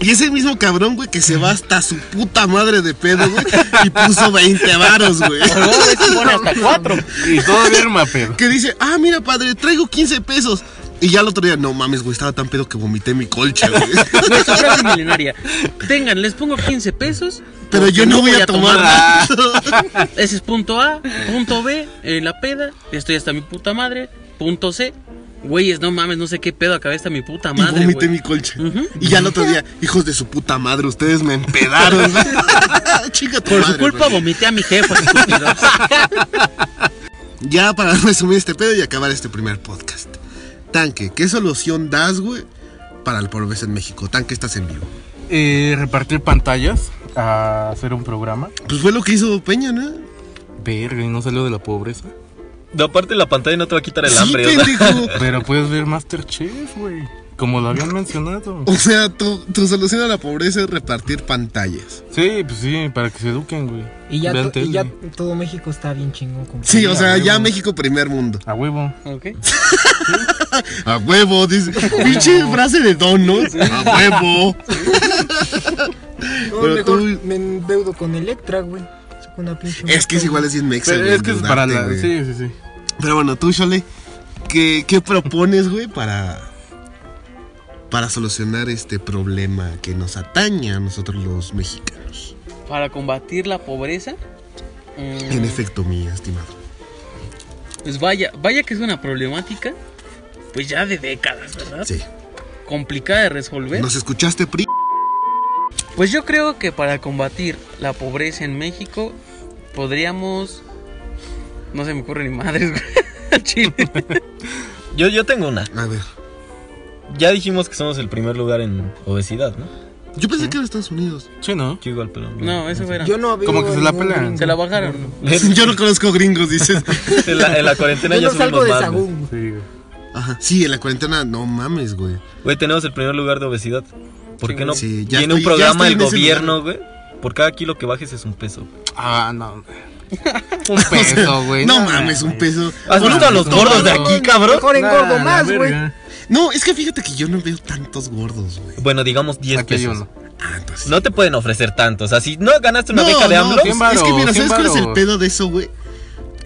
Speaker 1: Y ese mismo cabrón, güey, que se va hasta su puta madre de pedo, güey, y puso 20 varos, güey.
Speaker 3: No, güey, se pone hasta cuatro.
Speaker 5: Y todavía el mapero.
Speaker 1: Que dice, ah, mira, padre, traigo 15 pesos. Y ya el otro día, no mames, güey, estaba tan pedo que vomité mi colcha, güey.
Speaker 3: Güey, esa frase milenaria. Tengan, les pongo 15 pesos.
Speaker 1: Pero
Speaker 3: porque
Speaker 1: yo no voy a tomar nada.
Speaker 3: Ese es punto A, punto B, eh, la peda, estoy hasta mi puta madre, punto C, güeyes, no mames, no sé qué pedo, acabé hasta mi puta
Speaker 1: Y
Speaker 3: madre.
Speaker 1: vomité
Speaker 3: güey.
Speaker 1: mi colcha.
Speaker 3: Ujú.
Speaker 1: Y ya el otro día, hijos de su puta madre, ustedes me empedaron. güey. Chinga tu
Speaker 3: Por su
Speaker 1: madre,
Speaker 3: culpa
Speaker 1: güey.
Speaker 3: vomité a mi jefa, estúpido.
Speaker 1: Ya para resumir este pedo y acabar este primer podcast. Tanque, ¿qué solución das, güey, para el pobreza en México? Tanque, estás en vivo.
Speaker 5: Eh, repartir pantallas a hacer un programa.
Speaker 1: Pues fue lo que hizo Peña, ¿no?
Speaker 5: Verga, y no salió de la pobreza.
Speaker 2: No, aparte la pantalla no te va a quitar el
Speaker 1: sí,
Speaker 2: hambre. o sea.
Speaker 1: pendejo.
Speaker 5: Pero puedes ver Masterchef, güey. Como lo habían mencionado.
Speaker 1: O sea, tu, tu solución a la pobreza es repartir pantallas.
Speaker 5: Sí, pues sí, para que se eduquen, güey.
Speaker 4: Y ya,
Speaker 5: Vean
Speaker 4: to- y
Speaker 5: tele.
Speaker 4: ya todo México está bien chingón. compadre.
Speaker 1: Sí, o sea, ya
Speaker 5: huevo.
Speaker 1: México primer mundo.
Speaker 5: A huevo.
Speaker 3: Ok.
Speaker 1: A huevo, dice. Pinche frase de don, ¿no? A huevo.
Speaker 4: No,
Speaker 1: pero
Speaker 4: mejor
Speaker 1: tú-
Speaker 4: me endeudo con Electra, güey. Saco una pinche
Speaker 1: Es que es
Speaker 4: multa,
Speaker 1: igual es bien mexa,
Speaker 5: Pero
Speaker 1: güey,
Speaker 5: es que es para
Speaker 1: endeudarte,
Speaker 5: la.
Speaker 1: güey.
Speaker 5: Sí, sí, sí.
Speaker 1: Pero bueno, tú, Chole, ¿qué, qué propones, güey, para. Para solucionar este problema que nos atañe a nosotros los mexicanos.
Speaker 3: Para combatir la pobreza. mm,
Speaker 1: En efecto, mi estimado.
Speaker 3: Pues vaya, vaya que es una problemática, pues ya de décadas, ¿verdad?
Speaker 1: Sí.
Speaker 3: Complicada de resolver.
Speaker 1: ¿Nos escuchaste, Pri?
Speaker 3: Pues yo creo que para combatir la pobreza en México podríamos... No se me ocurre ni madres, güey. al Chile.
Speaker 2: Yo, yo tengo una.
Speaker 1: A ver.
Speaker 2: Ya dijimos que somos el primer lugar en obesidad, ¿no?
Speaker 1: Yo pensé que era Estados Unidos.
Speaker 5: Sí, ¿no?
Speaker 2: Yo igual, pero.
Speaker 3: No, eso
Speaker 2: sé.
Speaker 3: era.
Speaker 4: güey. Yo no veo
Speaker 5: Como que se la
Speaker 4: ningún
Speaker 5: pelan.
Speaker 4: gringo.
Speaker 3: Se la bajaron. ¿no?
Speaker 1: Yo no conozco gringos, dices.
Speaker 2: En la, en la cuarentena
Speaker 4: Yo
Speaker 2: ya
Speaker 4: no salgo
Speaker 2: subimos
Speaker 4: de
Speaker 2: más. güey.
Speaker 4: Sagún, güey.
Speaker 5: Sí, güey.
Speaker 1: Ajá. Sí, en la cuarentena, no mames, güey.
Speaker 2: Güey, tenemos el primer lugar de obesidad. ¿Por qué
Speaker 3: Sí, güey.
Speaker 2: no?
Speaker 1: Sí, ya
Speaker 2: Tiene un
Speaker 1: estoy- ya
Speaker 2: programa el
Speaker 1: estoy en ese
Speaker 2: gobierno, güey. Por cada kilo que bajes es un peso. güey.
Speaker 5: Ah, no. Un peso, güey.
Speaker 1: No mames, un peso.
Speaker 2: ¿Has
Speaker 1: Por
Speaker 2: visto a
Speaker 1: un-
Speaker 2: los gordos de
Speaker 4: No,
Speaker 2: aquí, cabrón?
Speaker 4: Mejor engordo
Speaker 5: Nah,
Speaker 4: más,
Speaker 5: la
Speaker 4: güey.
Speaker 5: verga.
Speaker 1: No, es que fíjate que yo no veo tantos gordos, güey.
Speaker 2: Bueno, digamos 10
Speaker 5: Aquí hay
Speaker 2: pesos.
Speaker 5: uno.
Speaker 1: Ah, entonces.
Speaker 2: No te pueden ofrecer tanto. O sea, si no ganaste una beca de
Speaker 1: no,
Speaker 2: AMLO,
Speaker 1: es, es
Speaker 5: varos,
Speaker 1: que mira,
Speaker 5: cien
Speaker 1: ¿sabes cuál es el
Speaker 5: varos.
Speaker 1: pedo de eso, güey?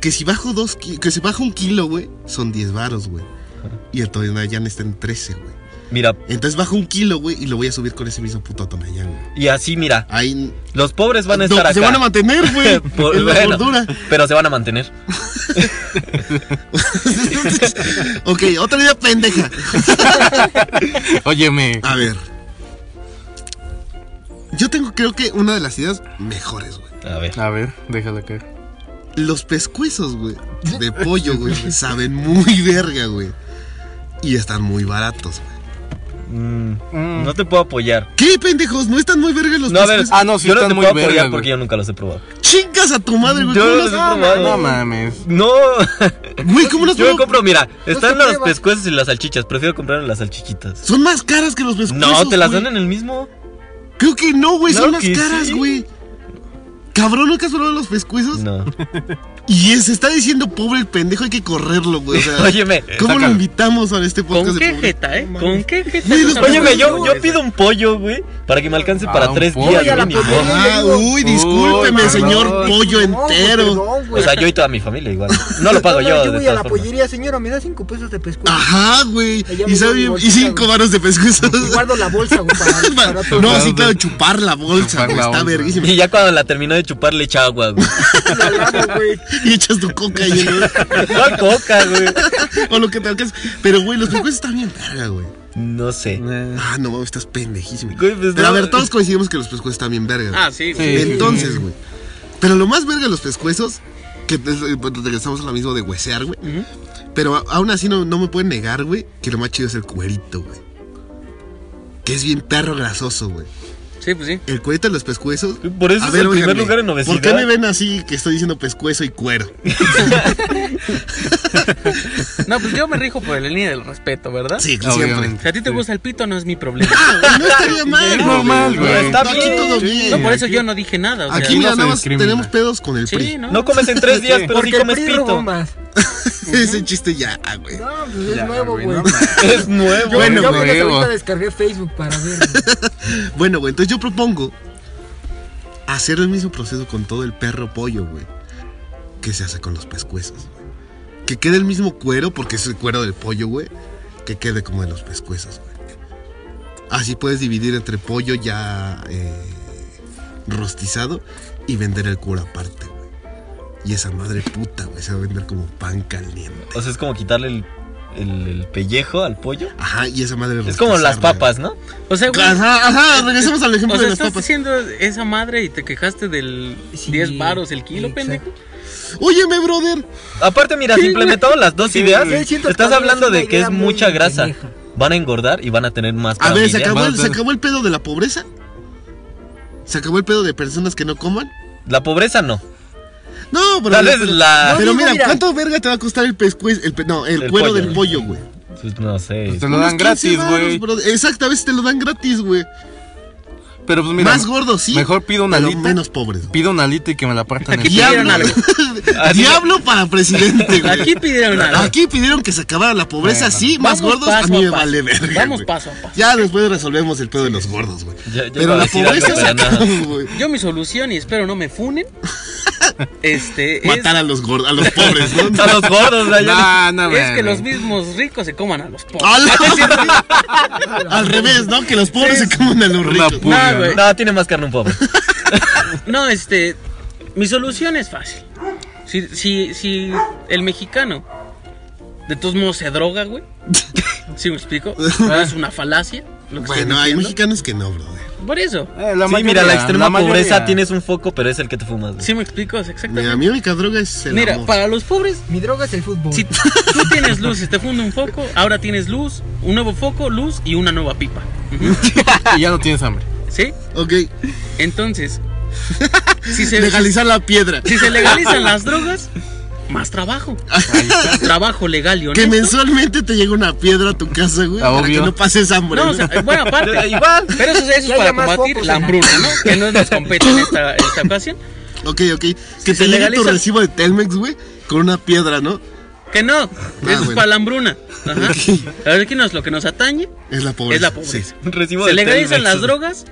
Speaker 1: Que si bajo dos, ki- que si bajo un kilo, güey, son 10 varos, güey. Y el Tonayán está en 13, güey.
Speaker 2: mira,
Speaker 1: Entonces bajo un kilo, güey, y lo voy a subir con ese mismo puto Tonayán, güey.
Speaker 2: y así, mira,
Speaker 1: Ahí.
Speaker 2: los pobres van a
Speaker 1: No,
Speaker 2: estar acá.
Speaker 1: se van a mantener, güey.
Speaker 2: Por-
Speaker 1: en la
Speaker 2: bueno,
Speaker 1: gordura.
Speaker 2: pero se van a mantener.
Speaker 1: ok, otra idea pendeja.
Speaker 5: Óyeme.
Speaker 1: A ver. Yo tengo, creo que, una de las ideas mejores, güey.
Speaker 2: A ver.
Speaker 5: A ver, déjala caer.
Speaker 1: Los pescuezos, güey, de pollo, güey, saben muy verga, güey. Y están muy baratos, güey.
Speaker 2: Mm,
Speaker 5: Mm.
Speaker 2: No te puedo apoyar.
Speaker 1: ¿Qué, pendejos? ¿No están muy verga los
Speaker 2: No, a ver,
Speaker 1: pescuezos?
Speaker 5: Ah, no, sí
Speaker 2: yo no
Speaker 5: están
Speaker 2: te
Speaker 5: muy
Speaker 2: puedo
Speaker 5: verga,
Speaker 2: apoyar
Speaker 5: güey.
Speaker 2: porque yo nunca los he probado.
Speaker 1: ¡Chingas a tu madre, güey!
Speaker 2: Yo
Speaker 1: ¿Cómo
Speaker 2: no
Speaker 1: las-
Speaker 2: los he probado.
Speaker 5: No mames.
Speaker 2: No,
Speaker 1: Güey, ¿cómo las
Speaker 2: yo me
Speaker 1: puedo-
Speaker 2: compro, mira, están los
Speaker 4: prueba.
Speaker 2: pescuezos y las salchichas. Prefiero comprar las salchichitas.
Speaker 1: Son más caras que los pescuezos,
Speaker 2: No, te las
Speaker 1: güey.
Speaker 2: dan en el mismo.
Speaker 1: Creo que no, güey, son más
Speaker 2: Claro que
Speaker 1: caras,
Speaker 2: sí.
Speaker 1: güey. Cabrón, ¿nunca has probado los pescuezos?
Speaker 2: No.
Speaker 1: Y se está diciendo, pobre el pendejo, hay que correrlo, güey. O sea,
Speaker 2: Óyeme,
Speaker 1: ¿cómo lo
Speaker 5: sácalo.
Speaker 1: invitamos a este podcast
Speaker 3: ¿Con
Speaker 1: de
Speaker 3: qué
Speaker 1: pobre?
Speaker 3: jeta, eh? ¿Con qué jeta?
Speaker 1: Güey,
Speaker 3: no
Speaker 1: los-
Speaker 3: sabes
Speaker 2: óyeme,
Speaker 3: cuánto
Speaker 2: yo,
Speaker 3: es,
Speaker 2: yo pido un pollo, güey, para que me alcance para
Speaker 5: Ah, un
Speaker 2: tres
Speaker 5: pollo.
Speaker 2: días
Speaker 4: Oye, a la
Speaker 2: mínimo.
Speaker 4: pollería.
Speaker 1: Ah, uy, discúlpeme,
Speaker 5: perdón,
Speaker 1: señor
Speaker 5: perdón,
Speaker 1: pollo entero.
Speaker 4: Perdón,
Speaker 2: O
Speaker 4: güey.
Speaker 2: sea, yo y toda mi familia igual. No lo pago yo.
Speaker 4: Yo
Speaker 2: de
Speaker 4: voy a la
Speaker 2: todas formas.
Speaker 4: pollería, señora, me da cinco pesos de pescuezo.
Speaker 1: Ajá, güey.
Speaker 4: Allá
Speaker 1: Y
Speaker 4: me
Speaker 1: sabe
Speaker 4: dio mi
Speaker 1: bien- y
Speaker 4: bolsita,
Speaker 1: cinco
Speaker 4: güey.
Speaker 1: varos de pescuezos.
Speaker 4: Y guardo la bolsa, güey, para, para todo.
Speaker 1: No, sí, claro, chupar la bolsa,
Speaker 5: Chupar
Speaker 1: güey.
Speaker 5: la
Speaker 1: Está
Speaker 5: bolsa.
Speaker 1: verguísima.
Speaker 2: Y ya cuando la terminó de chupar, le echa agua, güey.
Speaker 4: la lavo, güey.
Speaker 1: Y echas tu coca ahí, ¿no?
Speaker 2: No coca, güey.
Speaker 1: O lo que te alcanza. Pero, güey, los pescuezos están bien verga, güey.
Speaker 2: No sé.
Speaker 1: Ah, no mames, estás pendejísimo.
Speaker 2: Güey, pues,
Speaker 1: Pero a
Speaker 2: no.
Speaker 1: ver, todos coincidimos que los pescuezos están bien verga. güey.
Speaker 3: Ah, sí, güey.
Speaker 5: Sí.
Speaker 1: Entonces, güey. Pero lo más verga de los pescuezos, que es- regresamos a lo mismo de huesear, güey.
Speaker 3: Ujú.
Speaker 1: Pero a- aún así no, no me pueden negar, güey, que lo más chido es el cuerito, güey. Que es bien perro grasoso, güey.
Speaker 3: Sí, pues sí.
Speaker 1: El cuerito de los pescuezos.
Speaker 2: Por eso es el primer
Speaker 1: óiganme,
Speaker 2: lugar en obesidad.
Speaker 1: ¿Por qué me ven así que estoy diciendo pescuezo y cuero?
Speaker 3: No, pues yo me rijo por la línea del respeto, ¿verdad?
Speaker 1: Sí, siempre.
Speaker 5: Obviamente.
Speaker 3: Si a ti te gusta el pito, no es mi problema.
Speaker 1: Ah, no estaría mal,
Speaker 5: Es normal, güey.
Speaker 2: Está
Speaker 1: Aquí
Speaker 2: bien.
Speaker 1: todo bien.
Speaker 3: No, por eso
Speaker 5: aquí-
Speaker 3: yo no dije nada. O sea,
Speaker 1: Aquí
Speaker 5: no
Speaker 1: mira,
Speaker 5: se
Speaker 1: nada más
Speaker 5: discrimina.
Speaker 1: tenemos pedos con el
Speaker 3: sí,
Speaker 1: PRI.
Speaker 3: ¿no?
Speaker 2: Ah. No comes en tres días, pero sí
Speaker 4: Porque el
Speaker 2: comes
Speaker 4: PRI robó
Speaker 2: pito.
Speaker 4: más.
Speaker 1: Ese chiste ya, ah, güey.
Speaker 4: No, pues es
Speaker 5: Ya,
Speaker 4: nuevo,
Speaker 5: güey,
Speaker 4: güey.
Speaker 5: no
Speaker 2: Es nuevo.
Speaker 4: yo bueno,
Speaker 5: Bueno,
Speaker 4: yo apenas
Speaker 5: güey,
Speaker 4: ahorita
Speaker 5: güey.
Speaker 4: descargué Facebook para ver. güey.
Speaker 1: Bueno, güey, entonces yo propongo hacer el mismo proceso con todo el perro pollo, güey. Que se hace con los pescuezos, güey. Que quede el mismo cuero, porque es el cuero del pollo, güey. Que quede como de los pescuezos, güey. Así puedes dividir entre pollo ya eh, rostizado y vender el cuero aparte, güey. Y esa madre puta, güey, se va a vender como pan caliente.
Speaker 2: O sea, es como quitarle el, el- el pellejo al pollo.
Speaker 1: Ajá, y esa madre
Speaker 2: Es como las
Speaker 1: rostizarla,
Speaker 2: papas, Eh, ¿no?
Speaker 3: O sea, güey.
Speaker 1: Ajá, ajá, regresemos al ejemplo
Speaker 3: O sea,
Speaker 1: de las
Speaker 3: estás
Speaker 1: papas.
Speaker 3: haciendo esa madre y te quejaste del
Speaker 4: Sí,
Speaker 3: 10 varos el kilo,
Speaker 4: exacto.
Speaker 3: pendejo.
Speaker 1: Óyeme, brother.
Speaker 2: Aparte, mira, si implementaron las dos ideas,
Speaker 4: güey, siento que
Speaker 2: estás
Speaker 4: también
Speaker 2: hablando
Speaker 4: es una
Speaker 2: de que
Speaker 4: idea
Speaker 2: es
Speaker 4: muy
Speaker 2: mucha grasa.
Speaker 4: pendeja.
Speaker 2: Van a engordar y van a tener más.
Speaker 1: A ver, ¿se
Speaker 2: familia.
Speaker 1: acabó, el,
Speaker 5: Vamos a
Speaker 1: ¿se
Speaker 5: ver.
Speaker 1: acabó el pedo de la pobreza? ¿Se acabó el pedo de personas que no coman?
Speaker 2: La pobreza no.
Speaker 1: No, pero...
Speaker 2: Tal vez
Speaker 1: pero-
Speaker 2: la.
Speaker 1: Pero
Speaker 4: digo,
Speaker 1: mira,
Speaker 4: mira.
Speaker 1: ¿cuánto verga te va a costar el pescuez, el, pe- no, el,
Speaker 2: El
Speaker 1: cuero
Speaker 2: pollo,
Speaker 1: del
Speaker 2: güey.
Speaker 1: pollo, güey?
Speaker 2: Pues no sé.
Speaker 5: Pues te lo
Speaker 1: Unos
Speaker 5: dan
Speaker 1: 15
Speaker 5: gratis,
Speaker 1: varos,
Speaker 5: güey.
Speaker 1: bro. Exacto, a veces te lo dan gratis, güey.
Speaker 5: Pero pues mira,
Speaker 1: Más gordo, sí.
Speaker 5: mejor pido una
Speaker 1: pero
Speaker 5: alita.
Speaker 1: menos pobres. güey.
Speaker 5: pido una alita y que me la partan.
Speaker 3: Aquí
Speaker 5: en-
Speaker 3: pidieron
Speaker 1: Diablo,
Speaker 3: algo.
Speaker 2: Así-
Speaker 1: Diablo para presidente, güey.
Speaker 3: Aquí pidieron algo.
Speaker 1: Aquí pidieron que se acabara la pobreza,
Speaker 5: Bueno,
Speaker 1: sí, más
Speaker 3: Vamos
Speaker 1: gordos, a
Speaker 3: paso
Speaker 1: mí me
Speaker 3: paso.
Speaker 1: vale verga.
Speaker 3: Vamos
Speaker 1: güey.
Speaker 3: paso a paso.
Speaker 1: Ya después resolvemos el pedo de los gordos, güey.
Speaker 2: Ya- ya iba
Speaker 1: Pero
Speaker 2: a
Speaker 1: la
Speaker 2: decir algo,
Speaker 1: pobreza se
Speaker 2: pero nada.
Speaker 1: acabó, güey.
Speaker 3: Yo mi solución, y espero no me funen, este, es,
Speaker 1: Matar a los gordos, a los pobres, ¿no?
Speaker 2: A los gordos, allá.
Speaker 5: No, no,
Speaker 3: es que
Speaker 5: güey.
Speaker 3: los mismos ricos se coman a los pobres.
Speaker 1: ¡Hala! Al revés, ¿no? Que los pobres se comen a los
Speaker 5: Una Eh,
Speaker 1: ricos.
Speaker 5: pu-
Speaker 3: No, güey.
Speaker 2: No, tiene más carne un pobre.
Speaker 3: No, este, mi solución es fácil. Si, si, si el mexicano de todos modos se droga, güey. ¿Sí me explico? Es una falacia. Lo que
Speaker 1: Bueno, hay
Speaker 3: estoy diciendo.
Speaker 1: mexicanos que no, brother.
Speaker 3: Por eso.
Speaker 5: Eh, la
Speaker 2: sí,
Speaker 5: mayoría,
Speaker 2: mira, la extrema
Speaker 5: mayoría.
Speaker 2: pobreza tienes un foco, pero es el que te fumas. güey.
Speaker 3: ¿Sí me explico? Es Exactamente.
Speaker 1: Mira, mi única droga es el
Speaker 3: Mira,
Speaker 1: amor.
Speaker 3: para los pobres,
Speaker 4: Mi droga es el fútbol.
Speaker 3: si tú tienes luz y te funde un foco, ahora tienes luz, un nuevo foco, luz y una nueva pipa. Ujú.
Speaker 5: Y ya no tienes hambre.
Speaker 3: ¿Sí?
Speaker 1: Ok,
Speaker 3: Entonces, si se,
Speaker 1: legalizar la piedra.
Speaker 3: si se legalizan las drogas, más trabajo. Trabajo legal y
Speaker 1: Que
Speaker 3: honesto.
Speaker 1: mensualmente te llega una piedra a tu casa, güey.
Speaker 5: Ah,
Speaker 1: Para que
Speaker 5: obvio.
Speaker 1: no pases hambre.
Speaker 3: No, o sea, bueno, aparte.
Speaker 2: Igual.
Speaker 3: Pero eso, eso
Speaker 4: Que
Speaker 3: es para
Speaker 4: haya más
Speaker 3: combatir
Speaker 4: focos
Speaker 3: la
Speaker 4: en la-
Speaker 3: hambruna, ¿no? Que no nos compete en esta, esta ocasión.
Speaker 1: ok, ok. Que
Speaker 3: se
Speaker 1: te llegue tu
Speaker 3: legaliza-
Speaker 1: recibo de Telmex, güey, con una piedra, ¿no?
Speaker 3: Que no,
Speaker 4: Ah,
Speaker 3: eso es
Speaker 1: bueno.
Speaker 3: para la hambruna. Ajá. A ver, que nos, lo que nos atañe
Speaker 1: Es la pobreza.
Speaker 3: es la pobreza.
Speaker 2: Recibo
Speaker 3: Se
Speaker 2: de
Speaker 3: legalizan
Speaker 2: Telmex.
Speaker 3: las drogas,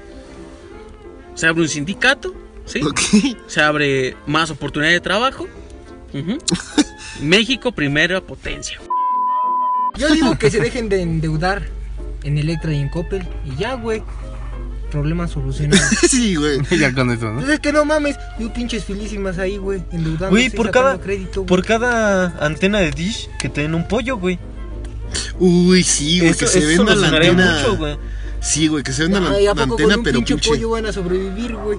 Speaker 3: se abre un sindicato, ¿sí?
Speaker 1: sí. Ok.
Speaker 3: se abre más oportunidad de trabajo. Ujú. México, primera potencia.
Speaker 4: Yo digo que se dejen de endeudar en Electra y en Coppel. Y ya, güey. Problema solucionado.
Speaker 1: Sí, güey.
Speaker 5: ya con eso, ¿no?
Speaker 4: Pues es que no mames, yo pinches filísimas ahí, güey, endeudando.
Speaker 2: Güey, por cada,
Speaker 4: Crédito, güey.
Speaker 2: por cada antena de Dish que te den un pollo, güey.
Speaker 1: Uy, sí, güey. Que se
Speaker 2: Eso, eso
Speaker 1: venda la
Speaker 2: solucionaría
Speaker 1: antena.
Speaker 2: mucho, güey.
Speaker 1: Sí, güey, que se venda la,
Speaker 4: Ay, ¿a
Speaker 1: la
Speaker 4: poco
Speaker 1: antena,
Speaker 4: con un
Speaker 1: pero
Speaker 4: pinche
Speaker 1: pinche.
Speaker 4: pollo van a sobrevivir, güey?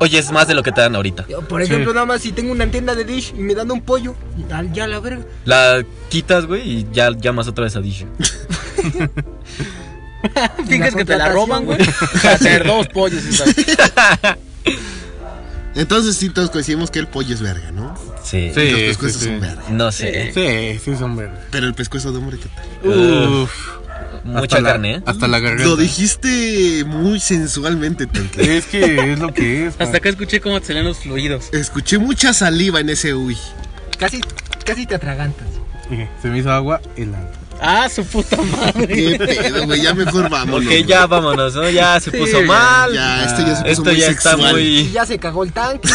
Speaker 2: Oye, es más de lo que te dan ahorita.
Speaker 4: Yo, Por ejemplo, nada más si tengo una antena de dish y me dan un pollo, al- ya la verga.
Speaker 2: La quitas, güey, y ya llamas otra vez a Dish.
Speaker 3: Fíjate
Speaker 4: La
Speaker 3: que te la
Speaker 4: contratación,
Speaker 3: roban, güey. Para hacer dos pollos. esa-
Speaker 1: Entonces sí, todos coincidimos que el pollo es verga, ¿no?
Speaker 2: Sí.
Speaker 1: Los
Speaker 5: Sí, sí,
Speaker 1: pescuezos
Speaker 5: sí.
Speaker 1: son verga.
Speaker 2: No sé. ¿eh?
Speaker 5: Sí, sí son verdes.
Speaker 1: Pero el pescuezo de hombre, ¿qué tal?
Speaker 5: Uf.
Speaker 2: Mucha
Speaker 5: hasta la-
Speaker 2: carne, ¿eh?
Speaker 5: Hasta la garganta.
Speaker 1: Lo dijiste muy sensualmente, Tanque.
Speaker 5: Es que es lo que es.
Speaker 3: Hasta acá escuché cómo te salían los fluidos.
Speaker 1: Escuché mucha saliva en ese uy.
Speaker 4: Casi, casi te atragantas.
Speaker 5: man. Se me hizo agua helada.
Speaker 3: Ah, su puta madre.
Speaker 1: Qué pedo, güey. Ya mejor vámonos.
Speaker 2: Porque
Speaker 1: güey.
Speaker 2: ya vámonos, ¿no? Ya se
Speaker 3: Sí,
Speaker 2: puso
Speaker 3: ya,
Speaker 2: mal.
Speaker 1: Ya, esto ya se puso
Speaker 2: Esto
Speaker 1: muy
Speaker 2: ya está
Speaker 1: sexual.
Speaker 4: Y
Speaker 2: muy.
Speaker 4: ya se cagó el tanque.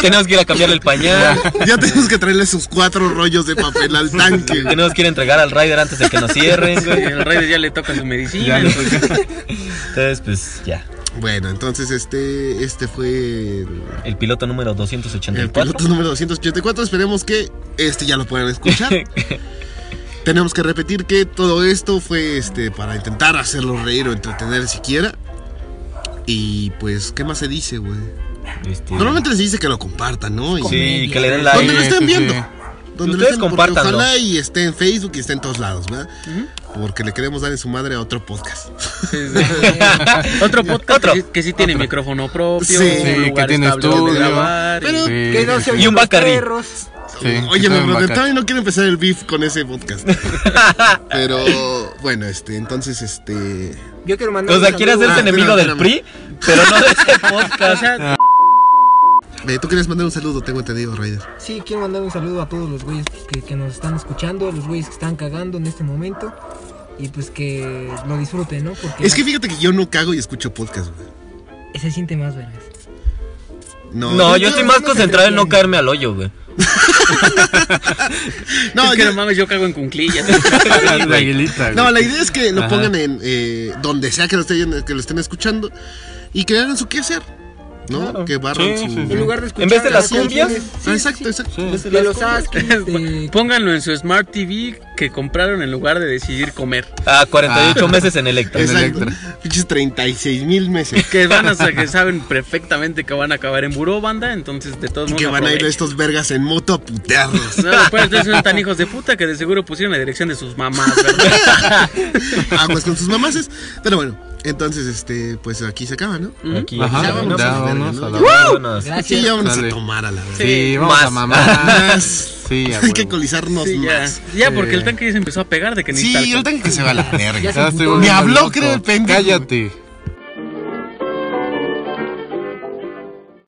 Speaker 2: Tenemos que ir a cambiar el pañal.
Speaker 1: Ya tenemos que traerle sus cuatro rollos de papel al tanque. güey.
Speaker 2: Tenemos que ir a entregar al rider antes de que nos cierren, güey.
Speaker 3: El rey ya le toca su
Speaker 5: Ya
Speaker 3: medicina.
Speaker 5: no toca.
Speaker 2: Entonces, pues ya.
Speaker 1: Bueno, entonces este, este fue el,
Speaker 2: El piloto número
Speaker 1: el
Speaker 2: 284.
Speaker 1: piloto número 284. Esperemos que este ya lo puedan escuchar. Tenemos que repetir que todo esto fue este, para intentar hacerlo reír o entretener siquiera. Y pues, ¿qué más se dice, güey?
Speaker 2: Este,
Speaker 1: Normalmente les dice que lo compartan, ¿no? Y-
Speaker 2: Sí, que le den
Speaker 1: Donde lo
Speaker 2: like.
Speaker 1: estén viendo.
Speaker 5: sí.
Speaker 1: Donde lo
Speaker 2: Ustedes
Speaker 1: estén, porque
Speaker 2: compártanlo.
Speaker 1: Ojalá y esté en Facebook y esté en todos lados, ¿verdad? Porque le queremos dar en su madre a otro podcast.
Speaker 3: Otro podcast
Speaker 2: Otro.
Speaker 3: este, que, sí- que sí tiene micrófono propio,
Speaker 1: Sí.
Speaker 3: un
Speaker 1: Sí,
Speaker 5: que
Speaker 3: lugar
Speaker 5: tiene
Speaker 3: estable donde
Speaker 5: estudio.
Speaker 3: grabar. y-
Speaker 1: Pero-
Speaker 5: Sí,
Speaker 4: Que no
Speaker 5: sí,
Speaker 4: se
Speaker 5: sí.
Speaker 2: Y
Speaker 4: oyen
Speaker 2: un
Speaker 4: los
Speaker 2: Bacardí.
Speaker 4: perros.
Speaker 5: Sí,
Speaker 1: Oye,
Speaker 5: que
Speaker 1: me
Speaker 5: saben
Speaker 1: bro,
Speaker 5: vaca.
Speaker 1: todavía no quiero empezar el beef con ese podcast. Pero bueno, este, entonces, este.
Speaker 4: Yo quiero mandar
Speaker 2: O sea,
Speaker 4: un
Speaker 2: quiere
Speaker 4: saludo
Speaker 1: Ah,
Speaker 2: hacerse enemigo
Speaker 1: espérame,
Speaker 2: del PRI, pero no de este
Speaker 3: O
Speaker 2: podcast.
Speaker 5: Ah.
Speaker 3: sea,
Speaker 1: eh, Tú quieres mandar un saludo, tengo entendido, Raider.
Speaker 4: a- Ah, Sí, quiero mandar un saludo a todos los güeyes que, que nos están escuchando, los güeyes que están cagando en este momento. Y pues que lo disfruten, ¿no? Porque
Speaker 1: Es que fíjate que yo no cago y escucho podcast, güey.
Speaker 4: se siente más vergas.
Speaker 1: No,
Speaker 2: No, yo estoy más concentrado en no caerme al hoyo, güey.
Speaker 1: No,
Speaker 3: es que
Speaker 1: yo-
Speaker 3: no mames, yo cago en cunclillas.
Speaker 5: La aguilita,
Speaker 1: no,
Speaker 5: güey.
Speaker 1: la idea es que lo
Speaker 5: Ajá.
Speaker 1: pongan en eh, donde sea que lo, estén, que lo estén escuchando y que hagan su quehacer, ¿no?
Speaker 5: Claro.
Speaker 1: Que barran
Speaker 5: Sí,
Speaker 1: su.
Speaker 5: sí, sí.
Speaker 4: En lugar de escuchar.
Speaker 2: vez de las
Speaker 4: canciones,
Speaker 2: cumbias,
Speaker 4: sí,
Speaker 1: Ah,
Speaker 4: sí,
Speaker 1: exacto,
Speaker 4: sí.
Speaker 1: exacto.
Speaker 4: De los Askis, de-
Speaker 3: Pónganlo en su Smart TV que compraron en lugar de decidir comer.
Speaker 2: A 48 meses en Electra.
Speaker 5: Es-
Speaker 1: Exacto.
Speaker 5: Electra.
Speaker 1: Pinches 36 mil meses.
Speaker 3: Que van a sa- que saben perfectamente que van a acabar en buró banda, entonces de todos
Speaker 1: Y
Speaker 3: modos.
Speaker 1: que van a ir
Speaker 3: aprovechen.
Speaker 1: estos vergas en moto a putearlos.
Speaker 3: No, después ustedes son tan hijos de puta que de seguro pusieron la dirección de sus mamás, ¿verdad?
Speaker 1: aguas con sus mamases. Pero bueno, entonces, este, pues aquí se acaba, ¿no?
Speaker 2: Aquí,
Speaker 5: Ajá,
Speaker 2: aquí,
Speaker 1: vámonos
Speaker 2: ya,
Speaker 1: a la verga,
Speaker 5: vámonos
Speaker 1: ¿no?
Speaker 5: a la
Speaker 1: Ya.
Speaker 5: verga.
Speaker 2: vámonos.
Speaker 1: Sí,
Speaker 4: Gracias.
Speaker 1: ya vamos a
Speaker 5: Dale.
Speaker 1: tomar a la verdad.
Speaker 5: Sí,
Speaker 2: Sí,
Speaker 5: vamos a
Speaker 2: más.
Speaker 5: mamar. Sí, a
Speaker 1: Hay que
Speaker 5: huevo.
Speaker 1: ecualizarnos
Speaker 3: Sí, ya.
Speaker 1: más.
Speaker 3: Ya, porque el tanque ya se empezó a pegar de que
Speaker 1: Sí,
Speaker 3: necesita
Speaker 1: yo
Speaker 3: alcohol.
Speaker 1: tengo que se va a la verga.
Speaker 4: Ya se
Speaker 5: Ya estoy
Speaker 4: emputó.
Speaker 5: volviendo
Speaker 1: Me habló,
Speaker 5: loco.
Speaker 1: creo, el pendejo.
Speaker 5: Cállate.